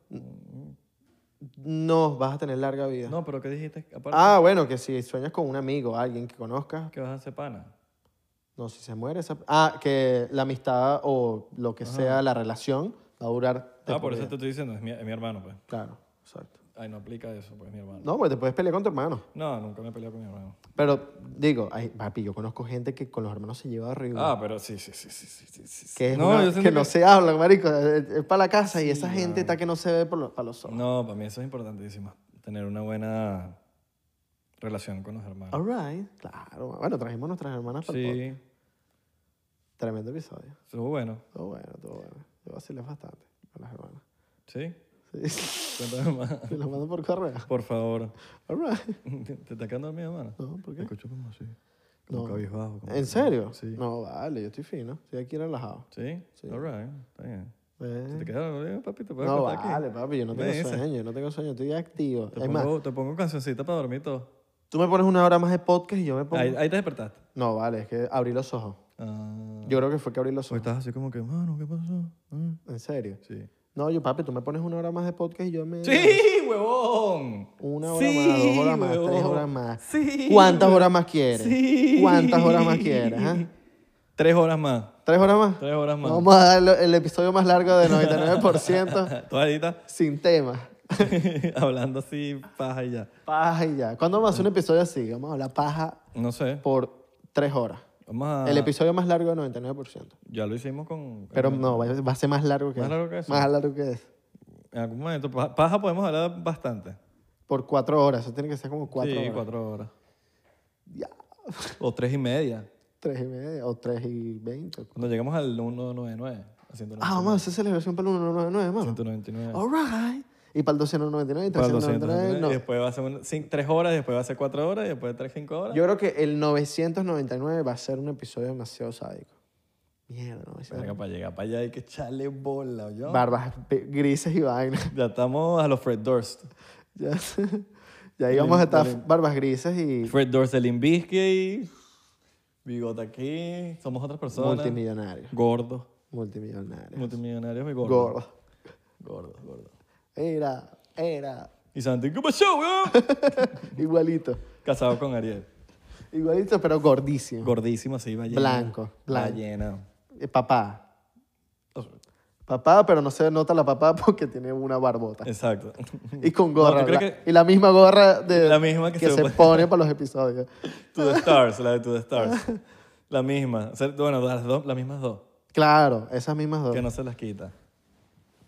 Speaker 1: No, vas a tener larga vida.
Speaker 2: No, pero ¿qué dijiste? Aparte,
Speaker 1: ah, bueno, que si sueñas con un amigo, alguien que conozcas,
Speaker 2: que vas a hacer pana.
Speaker 1: no, si se muere esa... Ah, que la amistad o lo que sea, la relación, va a durar... de
Speaker 2: Ah,
Speaker 1: tu
Speaker 2: por eso
Speaker 1: vida.
Speaker 2: te estoy diciendo, es mi, es mi hermano, pues.
Speaker 1: Claro, exacto.
Speaker 2: Ay, no aplica eso, pues, es mi hermano.
Speaker 1: No, pues te puedes pelear con tu hermano.
Speaker 2: No, nunca me he peleado con mi hermano.
Speaker 1: Pero, digo, ay, papi, yo conozco gente que con los hermanos se lleva horrible.
Speaker 2: Ah, pero sí, sí, sí, sí, sí, sí, sí.
Speaker 1: que es
Speaker 2: no,
Speaker 1: una-
Speaker 2: yo
Speaker 1: que,
Speaker 2: siento
Speaker 1: no se habla, marico. Es, para la casa y esa gente está que no se ve por los- para los ojos.
Speaker 2: No, para mí eso es importantísimo. Tener una buena relación con los hermanos.
Speaker 1: All right, claro. Bueno, trajimos a nuestras hermanas para el podcast.
Speaker 2: sí,
Speaker 1: Tremendo episodio.
Speaker 2: estuvo bueno.
Speaker 1: Todo bueno, todo bueno. Yo vacilé bastante con las hermanas.
Speaker 2: Sí,
Speaker 1: Sí.
Speaker 2: cuéntame más.
Speaker 1: Y las mando por correo.
Speaker 2: Por favor.
Speaker 1: All right.
Speaker 2: ¿Te está quedando mi hermano?
Speaker 1: No, ¿por
Speaker 2: Te
Speaker 1: qué?
Speaker 2: escucho como así.
Speaker 1: No.
Speaker 2: Como cabizbajo. como-
Speaker 1: ¿En serio?
Speaker 2: Sí.
Speaker 1: No, vale, yo estoy fino. Estoy aquí relajado.
Speaker 2: ¿Sí?
Speaker 1: Sí.
Speaker 2: All right, está bien.
Speaker 1: Eh,
Speaker 2: Si te quedas dormido, papi, te puedes
Speaker 1: No,
Speaker 2: acostar aquí.
Speaker 1: vale, papi, yo no
Speaker 2: Me
Speaker 1: tengo
Speaker 2: dices.
Speaker 1: sueño, yo no tengo sueño, estoy activo.
Speaker 2: Te
Speaker 1: es más,
Speaker 2: pongo, te pongo cancioncita para dormir todo.
Speaker 1: tú me pones una hora más de podcast y yo me pongo.
Speaker 2: Ahí, ahí te despertaste.
Speaker 1: No, vale, es que abrí los ojos.
Speaker 2: Ah.
Speaker 1: Yo creo que fue que abrí los
Speaker 2: O
Speaker 1: ojos.
Speaker 2: estás así como que, mano, ¿qué pasó? Ah".
Speaker 1: ¿En serio?
Speaker 2: Sí.
Speaker 1: No, yo, papi, tú me pones una hora más de podcast y yo me.
Speaker 2: ¡Sí, huevón!
Speaker 1: Una hora más, dos horas más, tres
Speaker 2: huevón.
Speaker 1: horas más.
Speaker 2: Sí.
Speaker 1: ¿Cuántas horas más quieres?
Speaker 2: Sí.
Speaker 1: ¿Cuántas horas más quieres? ah?
Speaker 2: Tres horas más.
Speaker 1: ¿Tres horas más?
Speaker 2: Tres horas más.
Speaker 1: Vamos a dar lo- el episodio más largo de 99%
Speaker 2: Tú ahorita
Speaker 1: sin tema.
Speaker 2: hablando así, paja y ya.
Speaker 1: Paja y ya. ¿Cuándo vamos a hacer un episodio así? Vamos a hablar paja
Speaker 2: No sé.
Speaker 1: por tres horas.
Speaker 2: Vamos a.
Speaker 1: El episodio más largo de 99%.
Speaker 2: Ya lo hicimos con.
Speaker 1: Pero no, va va a ser más largo que
Speaker 2: Más
Speaker 1: eso.
Speaker 2: largo que eso.
Speaker 1: Más largo que eso.
Speaker 2: En algún momento. pa- Paja podemos hablar bastante.
Speaker 1: Por cuatro horas. Eso tiene que ser como cuatro
Speaker 2: sí,
Speaker 1: horas.
Speaker 2: cuatro horas.
Speaker 1: Ya.
Speaker 2: O tres y media.
Speaker 1: Tres y media o tres y veinte.
Speaker 2: Cuando llegamos al 199. a 199.
Speaker 1: Ah, vamos a hacer celebración para el 199, mano.
Speaker 2: 199.
Speaker 1: All right. Y para el 299 y
Speaker 2: Para el
Speaker 1: 399,
Speaker 2: 299,
Speaker 1: no.
Speaker 2: Y después va a ser un- cin- tres horas, y después va a ser cuatro horas, y después tres, cinco horas.
Speaker 1: Yo creo que el 999 va a ser un episodio demasiado sádico. Mierda, no.
Speaker 2: Verga, para llegar para allá hay que echarle bola, yo.
Speaker 1: Barbas pe- grises y vainas.
Speaker 2: Ya estamos a los Fred Durst.
Speaker 1: Ya, ya íbamos a
Speaker 2: Dale.
Speaker 1: estar barbas grises y
Speaker 2: Fred Durst de Limbisky, Bigote aquí, somos otras personas.
Speaker 1: multimillonarios.
Speaker 2: Gordos.
Speaker 1: Multimillonarios.
Speaker 2: Multimillonarios y gordos.
Speaker 1: Gordo.
Speaker 2: Gordos, gordos.
Speaker 1: Era, era.
Speaker 2: Y Santi, ¿qué pasó, weón?
Speaker 1: Igualito.
Speaker 2: Casado con Ariel.
Speaker 1: Igualito, pero gordísimo.
Speaker 2: Gordísimo, así, ballena.
Speaker 1: Blanco, blanco.
Speaker 2: Ballena.
Speaker 1: Eh, papá. Papá, pero no se nota la papá porque tiene una barbota.
Speaker 2: Exacto.
Speaker 1: Y con
Speaker 2: No, ¿tú
Speaker 1: gorra.
Speaker 2: crees
Speaker 1: la-
Speaker 2: que-
Speaker 1: Y la misma gorra de,
Speaker 2: La misma que se
Speaker 1: se,
Speaker 2: pone.
Speaker 1: pone para los episodios.
Speaker 2: To the Stars, la de To the Stars. La misma. O sea, Bueno, las, dos, las mismas dos.
Speaker 1: Claro, esas mismas dos.
Speaker 2: Que no se las quita.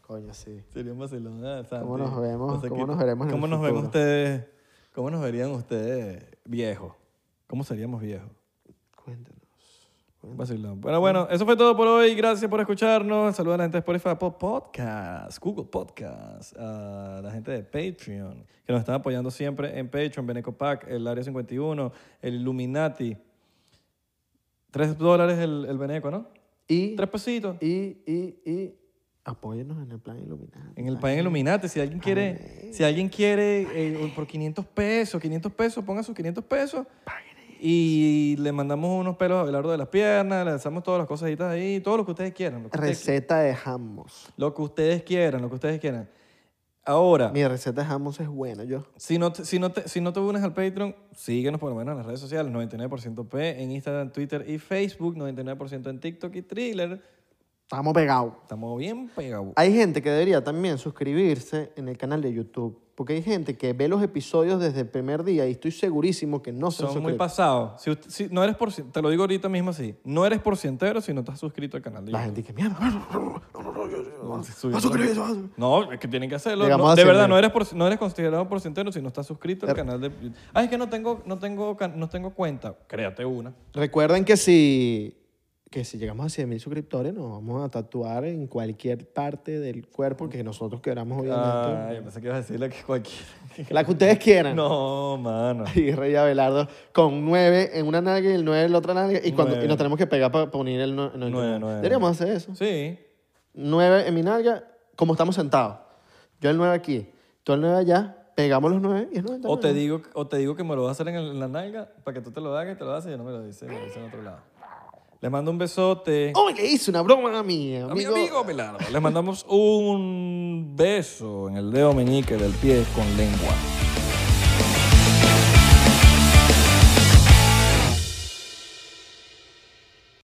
Speaker 1: Coño, sí.
Speaker 2: Sería un vacilón. ah, Santi.
Speaker 1: ¿Cómo nos vemos?
Speaker 2: No se
Speaker 1: ¿Cómo
Speaker 2: quita.
Speaker 1: nos veremos en
Speaker 2: ¿Cómo
Speaker 1: el
Speaker 2: nos vemos
Speaker 1: futuro?
Speaker 2: ustedes? ¿Cómo nos verían ustedes viejos? ¿Cómo seríamos viejos?
Speaker 1: Cuéntanos.
Speaker 2: Un vacilón. Pero bueno, eso fue todo por hoy. Gracias por escucharnos. Saludos a la gente de Spotify, Apple Podcast, Google Podcast, a la gente de Patreon, que nos están apoyando siempre en Patreon, Benecopac, el Área 51, el Illuminati. Tres dólares el, el Beneco, ¿no?
Speaker 1: Y,
Speaker 2: Tres pesitos.
Speaker 1: y, y, y, apóyenos en el plan iluminado.
Speaker 2: En el país Illuminati, si alguien quiere, si alguien quiere eh, por 500 pesos, 500 pesos, ponga sus 500 pesos. Y le mandamos unos pelos a Abelardo de las piernas, le lanzamos todas las cosaditas ahí, todo lo que ustedes quieran. Lo que ustedes,
Speaker 1: Receta de Hammos.
Speaker 2: lo que ustedes quieran, lo que ustedes quieran. Ahora,
Speaker 1: Mi receta de Hammos es buena, yo.
Speaker 2: si no, te, si, no te, si no te unes al Patreon, síguenos por lo menos en las redes sociales, 99% P, en Instagram, Twitter y Facebook, 99% en TikTok y Thriller.
Speaker 1: Estamos pegados.
Speaker 2: Estamos bien pegados.
Speaker 1: Hay gente que debería también suscribirse en el canal de YouTube. Porque hay gente que ve los episodios desde el primer día y estoy segurísimo que no se
Speaker 2: Son muy
Speaker 1: suscriben.
Speaker 2: pasados. Si, usted- si no eres por, te lo digo ahorita mismo así. No eres porcientero si no estás suscrito al canal. de
Speaker 1: La
Speaker 2: YouTube.
Speaker 1: gente que mierda.
Speaker 2: Se subió.
Speaker 1: No suscribirse, no suscribirse.
Speaker 2: No, es que tienen que hacerlo.
Speaker 1: Llegamos
Speaker 2: No,
Speaker 1: a
Speaker 2: de
Speaker 1: cien
Speaker 2: verdad,
Speaker 1: mil.
Speaker 2: no eres, por- no eres considerado porcientero si no estás suscrito al canal de YouTube. Ah, es que no tengo, no tengo, can- no tengo cuenta. Créate una.
Speaker 1: Recuerden que si, que si llegamos a 100.000 suscriptores nos vamos a tatuar en cualquier parte del cuerpo que nosotros queramos, obviamente.
Speaker 2: Ah, yo pensé que ibas a decirle que cualquier.
Speaker 1: La que ustedes quieran.
Speaker 2: No, mano.
Speaker 1: Y Rey Abelardo con nueve en una nalga y el nueve en la otra nalga. Y, cuando, y
Speaker 2: Nueve.
Speaker 1: nos tenemos que pegar para unir el nue- en el
Speaker 2: Nueve,
Speaker 1: nueve.
Speaker 2: nueve,
Speaker 1: Deberíamos hacer eso.
Speaker 2: Sí.
Speaker 1: Nueve en mi nalga, como estamos sentados. Yo el nueve aquí, tú el nueve allá, pegamos los nueve y el nueve
Speaker 2: O te
Speaker 1: también.
Speaker 2: digo, o te digo que me lo vas a hacer en, el- en la nalga para que tú te lo hagas y te lo haces y yo no me lo dice, me lo dice en otro lado. Les mando un besote.
Speaker 1: ¡Oh, le hice una broma a mi amigo!
Speaker 2: A mi amigo Abelardo. Les mandamos un beso en el dedo meñique del pie con lengua.